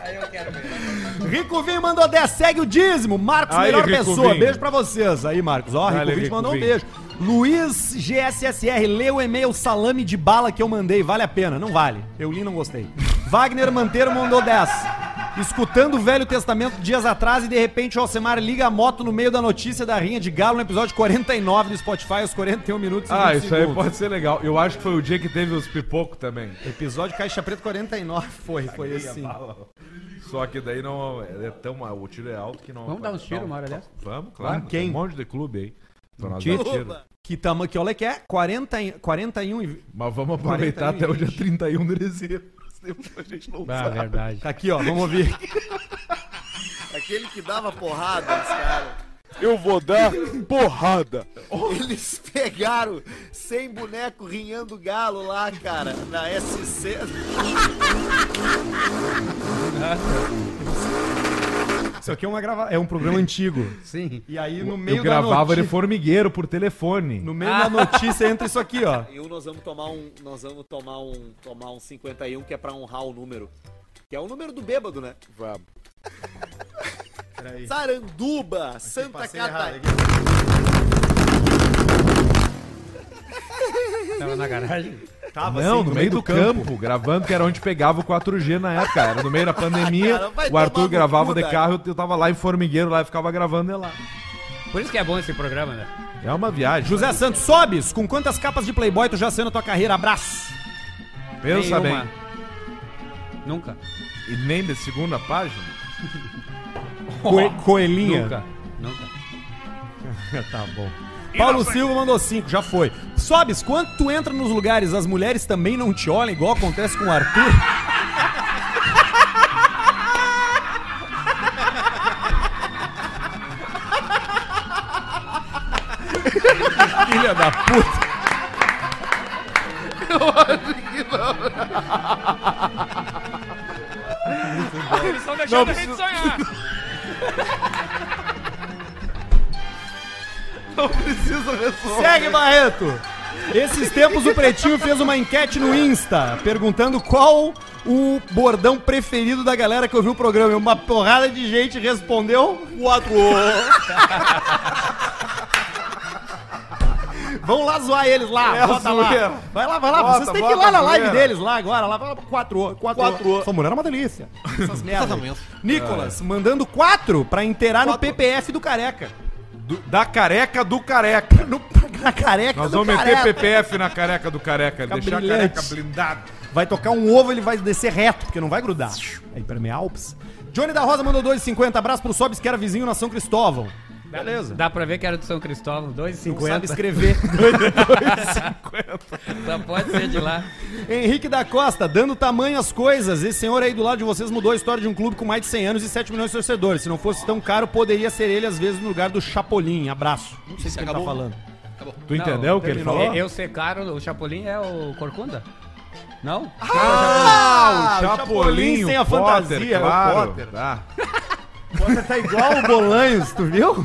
Speaker 6: Aí eu quero ver.
Speaker 1: Rico Vinho mandou 10, segue o dízimo. Marcos,
Speaker 2: Aí,
Speaker 1: melhor
Speaker 2: Rico
Speaker 1: pessoa.
Speaker 2: Vinho.
Speaker 1: Beijo pra vocês. Aí, Marcos. Ó, Rico
Speaker 2: Valeu,
Speaker 1: Vinho te
Speaker 2: Rico
Speaker 1: mandou um
Speaker 2: Vinho.
Speaker 1: beijo. Luiz GSSR, lê o e-mail salame de bala que eu mandei. Vale a pena? Não vale. Eu li e não gostei. Wagner Manteiro mandou 10. Escutando o Velho Testamento dias atrás e de repente o Alcemar liga a moto no meio da notícia da Rinha de Galo no episódio 49 do Spotify, aos 41 minutos e
Speaker 2: Ah,
Speaker 1: 20
Speaker 2: isso aí
Speaker 1: segundos.
Speaker 2: pode ser legal. Eu acho que foi o dia que teve os pipocos também.
Speaker 1: Episódio Caixa Preto 49. Foi, foi esse. sim.
Speaker 2: Só que daí não é tão. O tiro é alto que não.
Speaker 6: Vamos dar uns tiros
Speaker 2: não-
Speaker 6: uma hora dessa?
Speaker 2: Vamos, claro.
Speaker 1: Com quem?
Speaker 2: Tem um monte de clube aí. Pra nós
Speaker 1: Tiro.
Speaker 2: dar tiro.
Speaker 1: Que tamanho que olha que é? 40, e- 41 e.
Speaker 2: Mas vamos aproveitar
Speaker 1: 41
Speaker 2: até o
Speaker 1: e
Speaker 2: dia
Speaker 1: 20.
Speaker 2: 31 de dezembro.
Speaker 5: A gente não
Speaker 6: Ah, verdade.
Speaker 1: Tá aqui, ó, vamos ouvir.
Speaker 7: Aquele que dava porrada nos caras.
Speaker 8: Eu vou dar porrada.
Speaker 7: Eles pegaram 100 boneco rinhando galo lá, cara, na SC.
Speaker 1: Isso aqui é, uma grava... é um programa antigo.
Speaker 6: Sim.
Speaker 1: E aí, no meio
Speaker 2: Eu
Speaker 1: da
Speaker 2: gravava
Speaker 1: notícia.
Speaker 2: ele Ah. formigueiro por telefone.
Speaker 1: No meio da notícia entra isso aqui, ó.
Speaker 7: E um nós vamos tomar um, nós vamos tomar um, tomar um 51 que é pra honrar o número. Que é o número do bêbado, né?
Speaker 8: Vamos.
Speaker 7: Saranduba, Santa Catarina.
Speaker 6: Tava na garagem.
Speaker 2: não, no meio do campo. gravando, que era onde pegava o 4G na época. Era no meio da pandemia.
Speaker 7: Ah, cara, vai
Speaker 2: o
Speaker 7: tomar
Speaker 2: Arthur
Speaker 7: no
Speaker 2: gravava
Speaker 7: cu,
Speaker 2: de
Speaker 7: Dai.
Speaker 2: carro, eu tava lá em formigueiro lá e ficava gravando ele lá.
Speaker 6: Por isso que é bom esse programa, né?
Speaker 2: É uma viagem.
Speaker 1: José Santos, sobes! Com quantas capas de Playboy tu já saiu na tua carreira? Abraço!
Speaker 2: pensa
Speaker 6: Nenhuma.
Speaker 2: bem.
Speaker 6: Nunca.
Speaker 2: E nem de segunda página?
Speaker 1: Coe- coelhinha.
Speaker 6: Nunca. Nunca.
Speaker 1: tá bom. Paulo Silva mandou cinco, já foi. Sobes, quando tu entra nos lugares, as mulheres também não te olham, igual acontece com o Arthur?
Speaker 2: Filha da puta.
Speaker 6: Eles estão deixando Então a gente sonhar.
Speaker 1: Segue, Barreto! Esses tempos o Pretinho fez uma enquete no Insta, perguntando qual o bordão preferido da galera que ouviu o programa. E uma porrada de gente respondeu
Speaker 7: Quatro.
Speaker 1: Vão lá zoar eles lá,
Speaker 2: É
Speaker 1: bota
Speaker 2: a
Speaker 1: lá.
Speaker 2: zoeira.
Speaker 1: Vai lá, vai lá.
Speaker 2: Bota,
Speaker 1: Vocês têm que
Speaker 2: bota
Speaker 1: ir lá na
Speaker 2: a
Speaker 1: live
Speaker 2: zoeira.
Speaker 1: deles lá agora, lá vai lá, quatro, quatro. quatro. Essa mulher é uma delícia. Essas merdas. aí.
Speaker 5: Exatamente.
Speaker 1: Nicolas,
Speaker 2: É.
Speaker 1: mandando quatro pra inteirar no PPF do careca.
Speaker 2: Do- da careca do careca.
Speaker 1: No, na careca
Speaker 2: Nós
Speaker 1: do
Speaker 2: vamos
Speaker 1: careca.
Speaker 2: meter PPF na careca do careca, deixar
Speaker 1: brilhante.
Speaker 2: a careca blindada.
Speaker 1: Vai tocar um ovo, ele vai descer reto, porque não vai grudar. É impermeável. Johnny da Rosa mandou 2,50. Abraço pro Sobs, que era vizinho na São Cristóvão. Beleza.
Speaker 6: Dá um pra ver que era do São Cristóvão,
Speaker 1: Não sabe
Speaker 6: 2,50.
Speaker 1: escrever.
Speaker 6: Só Tá, pode ser de lá.
Speaker 1: Henrique da Costa, dando tamanho às coisas. Esse senhor aí do lado de vocês mudou a história de um clube com mais de 100 anos e 7 milhões de torcedores. Se não fosse tão caro, poderia ser ele, às vezes, no lugar do Chapolin. Abraço. Não sei se ele tá
Speaker 5: Acabou?
Speaker 1: falando.
Speaker 2: Tu entendeu o que ele
Speaker 1: terminou.
Speaker 2: falou?
Speaker 6: Eu ser caro, o Chapolin é o Corcunda? Não?
Speaker 2: Ah,
Speaker 1: o Chapolin sem a fantasia, é o
Speaker 2: claro.
Speaker 1: Potter.
Speaker 2: Tá.
Speaker 1: Potter tá igual o Bolanhos, tu viu?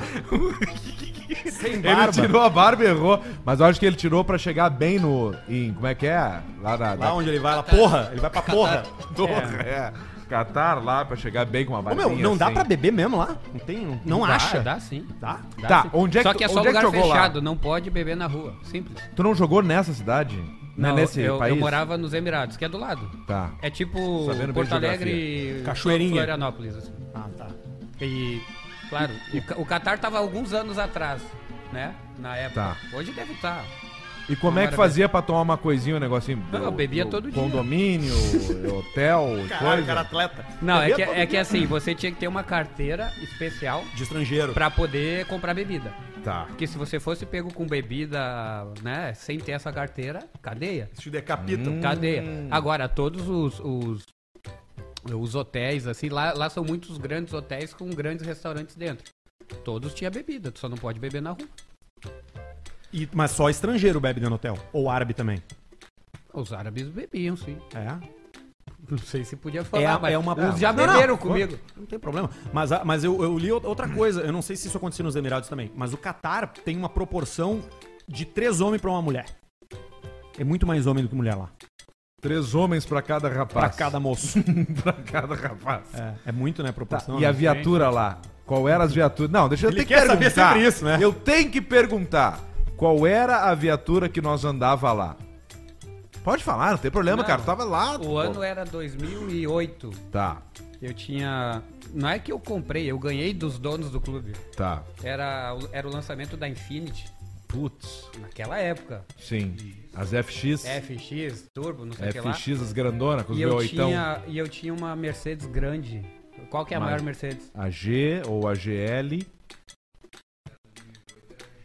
Speaker 1: Sem
Speaker 2: Ele tirou a barba e errou. Mas eu acho que ele tirou pra chegar bem no. Em, como é que é? Lá na.
Speaker 1: Lá
Speaker 2: na
Speaker 1: onde ele vai, lá, porra. Ele vai pra porra.
Speaker 2: torre, é. Catar lá pra chegar bem com uma
Speaker 1: Ô,
Speaker 2: varinha.
Speaker 1: meu, não dá
Speaker 2: assim.
Speaker 1: pra beber mesmo lá? Não tem, não, não
Speaker 6: Dá,
Speaker 1: acha.
Speaker 6: Dá sim.
Speaker 1: Tá?
Speaker 6: Dá
Speaker 2: Tá,
Speaker 6: sim.
Speaker 2: onde é que
Speaker 6: Só
Speaker 2: tu-
Speaker 6: que é só
Speaker 2: onde é que
Speaker 6: lugar
Speaker 2: jogou lá?
Speaker 6: fechado, não pode beber na rua. Simples.
Speaker 2: Tu não jogou nessa cidade? Não, é
Speaker 6: Não,
Speaker 2: nesse
Speaker 6: eu,
Speaker 2: país?
Speaker 6: eu morava nos Emirados, que é do lado.
Speaker 2: Tá.
Speaker 6: É tipo
Speaker 2: Sabendo bem de
Speaker 6: Porto
Speaker 2: geografia.
Speaker 6: Alegre e
Speaker 1: Cachoeirinha.
Speaker 6: Florianópolis. assim.
Speaker 1: Ah, tá.
Speaker 6: E, claro, o, Ca- o Catar tava alguns anos atrás, né? Na época. Hoje deve estar.
Speaker 2: E como é que
Speaker 6: Maravilha.
Speaker 2: fazia pra tomar uma coisinha, um negocinho?
Speaker 6: Não, eu bebia todo dia.
Speaker 2: condomínio, hotel,
Speaker 3: Caralho,
Speaker 2: coisa?
Speaker 3: cara atleta.
Speaker 6: Não, é que, é que assim, você tinha que ter uma carteira especial
Speaker 1: De estrangeiro.
Speaker 6: pra poder comprar bebida.
Speaker 2: Tá.
Speaker 6: Porque se você fosse pego com bebida, né, sem ter essa carteira, cadeia. Então,
Speaker 3: Se te decapita.
Speaker 6: Cadeia. Agora, todos os, os, os hotéis, assim, lá, lá são muitos grandes hotéis com grandes restaurantes dentro. Todos tinha bebida, tu só não pode beber na rua.
Speaker 1: E- mas só estrangeiro bebe dentro do hotel. Ou árabe também.
Speaker 6: Os árabes bebiam, sim.
Speaker 1: É.
Speaker 6: Não sei se podia falar,
Speaker 1: É-
Speaker 6: mas
Speaker 1: é uma-
Speaker 6: uns
Speaker 1: é,
Speaker 6: já
Speaker 1: não, não.
Speaker 6: beberam comigo.
Speaker 1: Não tem problema. Mas, a- mas eu, eu li out- outra coisa, eu não sei se isso acontecia nos Emirados também, mas o Catar tem uma proporção de três homens pra uma mulher. É muito mais homem do que mulher lá.
Speaker 2: Três homens pra cada
Speaker 1: Pra
Speaker 2: rapaz.
Speaker 1: cada um. moço.
Speaker 2: pra cada rapaz.
Speaker 1: É, é muito, né? a
Speaker 2: Tá,
Speaker 1: Proporção.
Speaker 2: e a
Speaker 1: né?
Speaker 2: viatura lá? Qual era as viaturas? Não, deixa eu
Speaker 1: Ele
Speaker 2: ter que
Speaker 1: quer
Speaker 2: perguntar.
Speaker 1: saber sempre isso, né?
Speaker 2: Eu tenho que perguntar. Qual era a viatura que nós andava lá? Pode falar, não tem problema,
Speaker 6: Não.
Speaker 2: cara. Tu tava lá.
Speaker 6: O ano é- era 2008.
Speaker 2: Tá,
Speaker 6: Eu tinha. Não é que eu comprei, eu ganhei dos donos do clube.
Speaker 2: tá.
Speaker 6: Era, o- era o lançamento da Infinity
Speaker 2: Putz,
Speaker 6: naquela época.
Speaker 2: sim. As FX.
Speaker 6: FX, Turbo, não sei o que lá.
Speaker 2: FX, as grandonas, com os
Speaker 6: E eu,
Speaker 2: V8.
Speaker 6: tinha, e eu tinha uma Mercedes grande. Qual que é a
Speaker 2: então. Mas-
Speaker 6: maior Mercedes?
Speaker 2: A G ou a GL.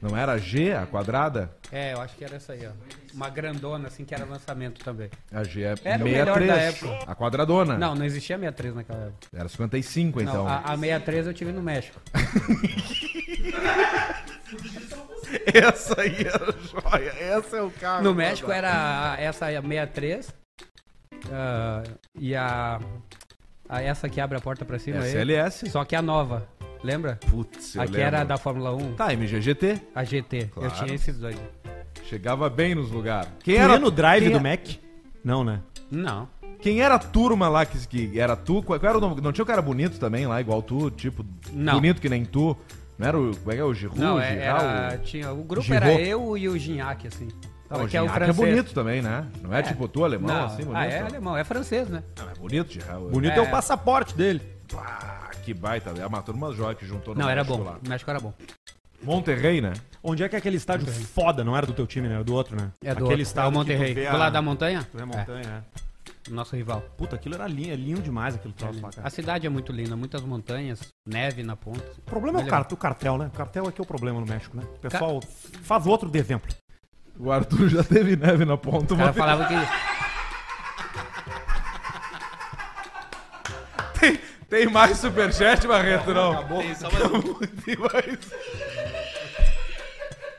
Speaker 2: Não era a G, a quadrada?
Speaker 6: É, eu acho que era essa aí, ó. Uma grandona, assim, que era lançamento também.
Speaker 2: A G é
Speaker 6: Era o
Speaker 2: 63.
Speaker 6: melhor da época.
Speaker 2: A quadradona.
Speaker 6: Não, não existia 63 naquela época.
Speaker 2: Era 55, Ah. então.
Speaker 6: Não, a, a 63 eu tive no México.
Speaker 2: Essa aí era a joia. Essa é o carro.
Speaker 6: No México era a- essa aí, a 63. ah, e a, a. Essa que abre a porta pra cima
Speaker 2: é
Speaker 6: aí.
Speaker 2: SLS.
Speaker 6: Só que a nova. Lembra?
Speaker 2: Putz, eu
Speaker 6: a que era
Speaker 2: lembro.
Speaker 6: da Fórmula 1,
Speaker 2: é Tá, MGGT.
Speaker 6: a GT.
Speaker 2: Claro.
Speaker 6: Eu tinha esses dois.
Speaker 2: Chegava bem nos lugares. Quem
Speaker 1: Tu
Speaker 2: era,
Speaker 1: ia no drive
Speaker 2: quem
Speaker 1: do
Speaker 2: é-
Speaker 1: Mac? Não, né?
Speaker 6: Não.
Speaker 2: Quem era a turma lá que, que era tu? Qual, qual era o nome? Não tinha um cara bonito também lá, igual tu, tipo,
Speaker 6: Não.
Speaker 2: bonito que nem tu. Não era o. Como é que é o Giru?
Speaker 6: Não, é-
Speaker 2: Giral?
Speaker 6: era, tinha, o grupo
Speaker 2: Giraud.
Speaker 6: era eu e o Gignac, assim.
Speaker 2: Tá, o
Speaker 6: que é o
Speaker 2: Gignac é,
Speaker 6: francês.
Speaker 2: bonito também, né? Não é, tipo tu, alemão,
Speaker 6: Não,
Speaker 2: assim, bonito.
Speaker 6: ah, é alemão, é francês, né?
Speaker 2: Não, é bonito, Giral.
Speaker 1: Bonito é, o
Speaker 6: É.
Speaker 1: passaporte dele.
Speaker 2: Pá, que baita. É uma turma joia que juntou no
Speaker 6: Não, era
Speaker 2: México
Speaker 6: bom.
Speaker 2: lá.
Speaker 6: O México era bom.
Speaker 2: Monterrey, né?
Speaker 1: Onde é que é aquele estádio foda? Não era do teu time, né? Era do outro, né?
Speaker 6: É do
Speaker 1: aquele
Speaker 6: outro, é
Speaker 1: estádio
Speaker 6: o Monterrey.
Speaker 1: Que tu vê
Speaker 6: Do lado
Speaker 1: a...
Speaker 6: da montanha?
Speaker 1: tu vê a montanha, né?
Speaker 6: É, nosso rival.
Speaker 1: Puta, aquilo era lindo, é lindo demais aquele troço lá, cara.
Speaker 6: A cidade é muito linda, muitas montanhas, neve na ponta.
Speaker 1: O problema é o,
Speaker 6: Melhor.
Speaker 1: car- o cartel, né? O cartel é que é o problema no México, né? O pessoal faz outro de exemplo.
Speaker 2: O Arthur já teve neve na ponta,
Speaker 6: O cara
Speaker 2: mas
Speaker 6: falava que.
Speaker 2: tem mais superchat, Barreto, não?
Speaker 5: Tem só mais um.
Speaker 2: Tem mais.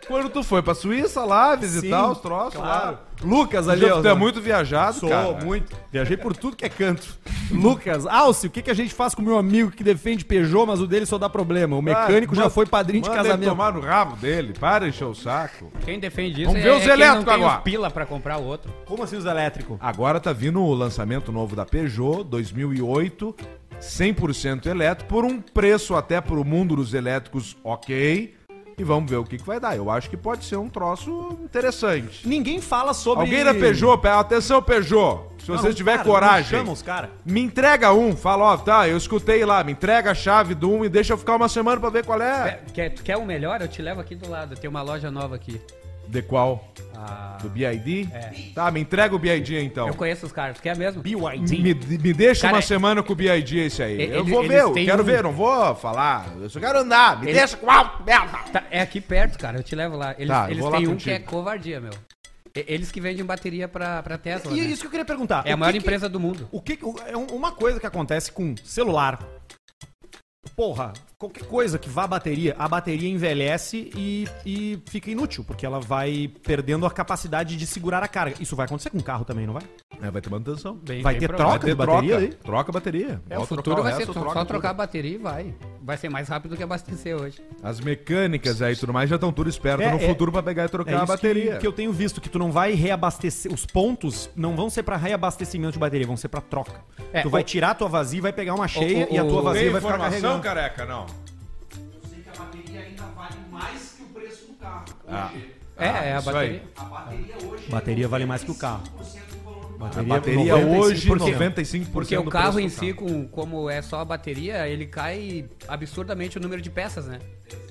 Speaker 2: Quando tu foi pra Suíça lá visitar
Speaker 1: Sim,
Speaker 2: os troços
Speaker 1: claro.
Speaker 2: lá.
Speaker 1: Lucas ali,
Speaker 2: Já,
Speaker 1: ó.
Speaker 2: tu é muito viajado,
Speaker 1: Sou
Speaker 2: cara.
Speaker 1: muito. Viajei por tudo que é canto. Lucas, Alce, o que, que a gente faz com o meu amigo que defende Peugeot, mas o dele só dá problema? O mecânico
Speaker 2: Ah,
Speaker 1: já
Speaker 2: manda-
Speaker 1: foi padrinho de
Speaker 2: manda ele
Speaker 1: casamento.
Speaker 2: tomar no rabo dele. Para de encher o saco.
Speaker 6: Quem defende isso
Speaker 2: Vamos
Speaker 6: é,
Speaker 2: ver os
Speaker 6: é quem não
Speaker 2: elétricos
Speaker 6: tem
Speaker 2: agora.
Speaker 6: os pila pra comprar o outro.
Speaker 1: Como assim os elétricos?
Speaker 2: Agora tá vindo o lançamento novo da Peugeot 2008, 100% elétrico, por um preço até pro mundo dos elétricos ok. E vamos ver o que, que vai dar. Eu acho que pode ser um troço interessante.
Speaker 1: Ninguém fala sobre.
Speaker 2: Alguém da Peugeot, pe- atenção Peugeot, se
Speaker 1: Não,
Speaker 2: você tiver
Speaker 1: cara,
Speaker 2: coragem,
Speaker 1: não Chama os caras.
Speaker 2: me entrega um, fala, ó, tá, eu escutei lá, me entrega a chave do um e deixa eu ficar uma semana pra ver qual é.
Speaker 6: Quer- Quer, tu quer o melhor? Eu te levo aqui do lado. Tem uma loja nova aqui.
Speaker 2: De qual?
Speaker 6: Ah,
Speaker 2: Do BID?
Speaker 6: É.
Speaker 2: Tá, me entrega o BID então.
Speaker 6: eu conheço os caras. Tu quer mesmo?
Speaker 2: Me, me deixa
Speaker 6: Cara,
Speaker 2: uma
Speaker 6: é-
Speaker 2: semana com o BID esse aí.
Speaker 6: Ele-
Speaker 2: eu vou
Speaker 6: eles
Speaker 2: ver, eu
Speaker 6: têm
Speaker 2: quero
Speaker 6: um-
Speaker 2: ver, não vou falar. Eu só quero andar, me
Speaker 6: Ele-
Speaker 2: deixa com a merda.
Speaker 6: Tá, é aqui perto, cara. Eu te levo lá. Eles,
Speaker 2: Tá, eu
Speaker 6: eles
Speaker 2: vou lá
Speaker 6: têm um
Speaker 2: contigo.
Speaker 6: que é covardia, meu. E- Eles que vendem bateria pra, pra Tesla.
Speaker 1: E
Speaker 6: né?
Speaker 1: é isso que eu queria perguntar.
Speaker 6: É a
Speaker 1: O
Speaker 6: maior
Speaker 1: que que-
Speaker 6: empresa do mundo.
Speaker 1: O que, que- o- é um- uma coisa que acontece com celular? Porra, qualquer coisa que vá à bateria, a bateria envelhece e, e fica inútil, porque ela vai perdendo a capacidade de segurar a carga. Isso vai acontecer com carro também, não vai?
Speaker 2: É, vai ter manutenção.
Speaker 6: Bem,
Speaker 1: Vai
Speaker 6: bem
Speaker 1: ter
Speaker 6: provável.
Speaker 1: troca de bateria aí?
Speaker 2: Troca a bateria.
Speaker 6: É, o
Speaker 2: Volta a
Speaker 6: futuro
Speaker 2: trocar
Speaker 6: vai
Speaker 2: o
Speaker 6: ser
Speaker 2: resto,
Speaker 6: tro-
Speaker 2: troca
Speaker 6: só
Speaker 2: tudo.
Speaker 6: trocar a bateria e vai. Vai ser mais rápido do que abastecer hoje.
Speaker 2: As mecânicas aí e tudo mais já estão tudo espertas
Speaker 1: É,
Speaker 2: no
Speaker 1: é-
Speaker 2: futuro pra pegar e trocar
Speaker 1: É
Speaker 2: a
Speaker 1: isso
Speaker 2: bateria.
Speaker 1: Que, que eu tenho visto, que tu não vai reabastecer. Os pontos não vão ser pra reabastecimento de bateria, vão ser pra troca.
Speaker 6: É,
Speaker 1: tu vai
Speaker 6: o-
Speaker 1: tirar a tua vazia e vai pegar uma cheia
Speaker 6: o-
Speaker 1: e a tua
Speaker 6: o-
Speaker 1: vazia vai ficar
Speaker 2: informação,
Speaker 1: carregando.
Speaker 2: careca, não.
Speaker 9: Eu sei que a bateria ainda vale mais que o preço do carro. Hoje,
Speaker 6: É, é a
Speaker 2: Ah, isso
Speaker 6: bateria.
Speaker 2: aí.
Speaker 9: a bateria hoje
Speaker 1: Bateria vale mais que o carro.
Speaker 9: 95% do valor do
Speaker 2: A bateria é hoje, 95%.
Speaker 6: Porque
Speaker 2: do
Speaker 6: o carro
Speaker 2: preço
Speaker 6: em
Speaker 2: do
Speaker 6: si, com- como é só a bateria, ele cai absurdamente o número de peças, né?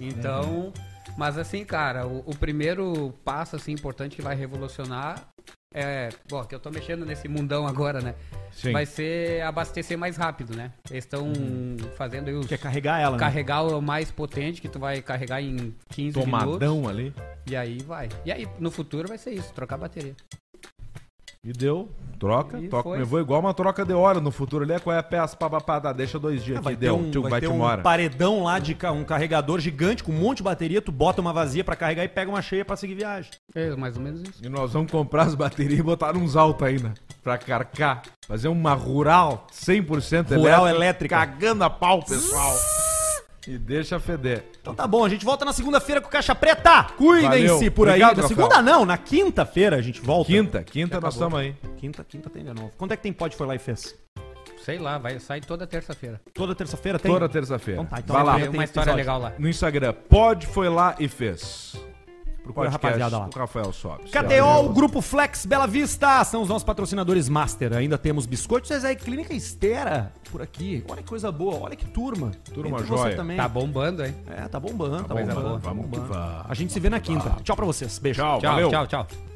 Speaker 6: Então, mas assim, cara, o, o primeiro passo assim importante que vai revolucionar é, bom, que eu tô mexendo nesse mundão agora, né?
Speaker 2: Sim.
Speaker 6: Vai ser abastecer mais rápido, né? Eles estão
Speaker 2: Uhum.
Speaker 6: fazendo aí os
Speaker 2: é
Speaker 1: Quer carregar ela, né?
Speaker 6: carregar o mais potente que tu vai carregar em 15 minutos
Speaker 2: Tomadão ali.
Speaker 6: e aí vai. E aí no futuro vai ser isso, trocar a bateria.
Speaker 2: E deu. Troca,
Speaker 6: E
Speaker 2: toca
Speaker 6: foi.
Speaker 2: meu avô igual uma troca de hora no futuro ali. é Qual é a peça? Pá, pá, pá, dá, deixa dois dias
Speaker 1: Ah,
Speaker 2: aqui,
Speaker 1: Vai ter
Speaker 2: deu.
Speaker 1: um,
Speaker 2: tio,
Speaker 1: vai
Speaker 2: vai
Speaker 1: ter
Speaker 2: te
Speaker 1: um
Speaker 2: embora.
Speaker 1: paredão lá de ca- um carregador gigante com um monte de bateria, tu bota uma vazia pra carregar e pega uma cheia pra seguir viagem.
Speaker 6: É mais ou menos isso.
Speaker 2: E nós vamos comprar as baterias e botar uns altos ainda. Pra carcar. Fazer uma rural 100%
Speaker 1: Rural elétrica.
Speaker 2: Cagando a pau, pessoal. e deixa feder.
Speaker 1: Então tá bom, a gente volta na segunda-feira com Caixa Preta. Cuidem-se
Speaker 2: Valeu.
Speaker 1: por aí.
Speaker 2: Obrigado,
Speaker 1: na
Speaker 2: Rafael.
Speaker 1: segunda não, na quinta-feira a gente volta.
Speaker 2: Quinta, quinta nós
Speaker 1: acabou.
Speaker 2: estamos aí.
Speaker 1: Quinta, quinta tem de novo. Quanto é que tem Pode Foi Lá e Fez?
Speaker 6: Sei lá, vai sair toda terça-feira.
Speaker 1: Toda terça-feira tem?
Speaker 2: Toda terça-feira.
Speaker 1: Então tá, então
Speaker 2: Vai lá.
Speaker 1: já
Speaker 6: Tem
Speaker 1: tem
Speaker 6: uma história
Speaker 1: episódio.
Speaker 6: legal lá.
Speaker 2: No Instagram, pode, foi lá e fez.
Speaker 1: Procura a rapaziada lá.
Speaker 2: O Rafael sobe.
Speaker 1: KTO, o Grupo Flex Bela Vista, são os nossos patrocinadores master. Ainda temos biscoitos, Zezé e Clínica Estera por aqui. Olha que coisa boa, olha que turma.
Speaker 2: Turma
Speaker 1: Entre
Speaker 2: joia.
Speaker 1: também.
Speaker 6: Tá bombando, hein?
Speaker 1: É, tá bombando, tá,
Speaker 2: Coisa
Speaker 1: bombando.
Speaker 2: boa.
Speaker 1: tá
Speaker 2: Vamos que
Speaker 1: bombando.
Speaker 2: vamos.
Speaker 1: A gente se vê na quinta. Tchau pra vocês. Beijo.
Speaker 2: Tchau,
Speaker 6: Tchau,
Speaker 2: valeu.
Speaker 6: tchau, tchau.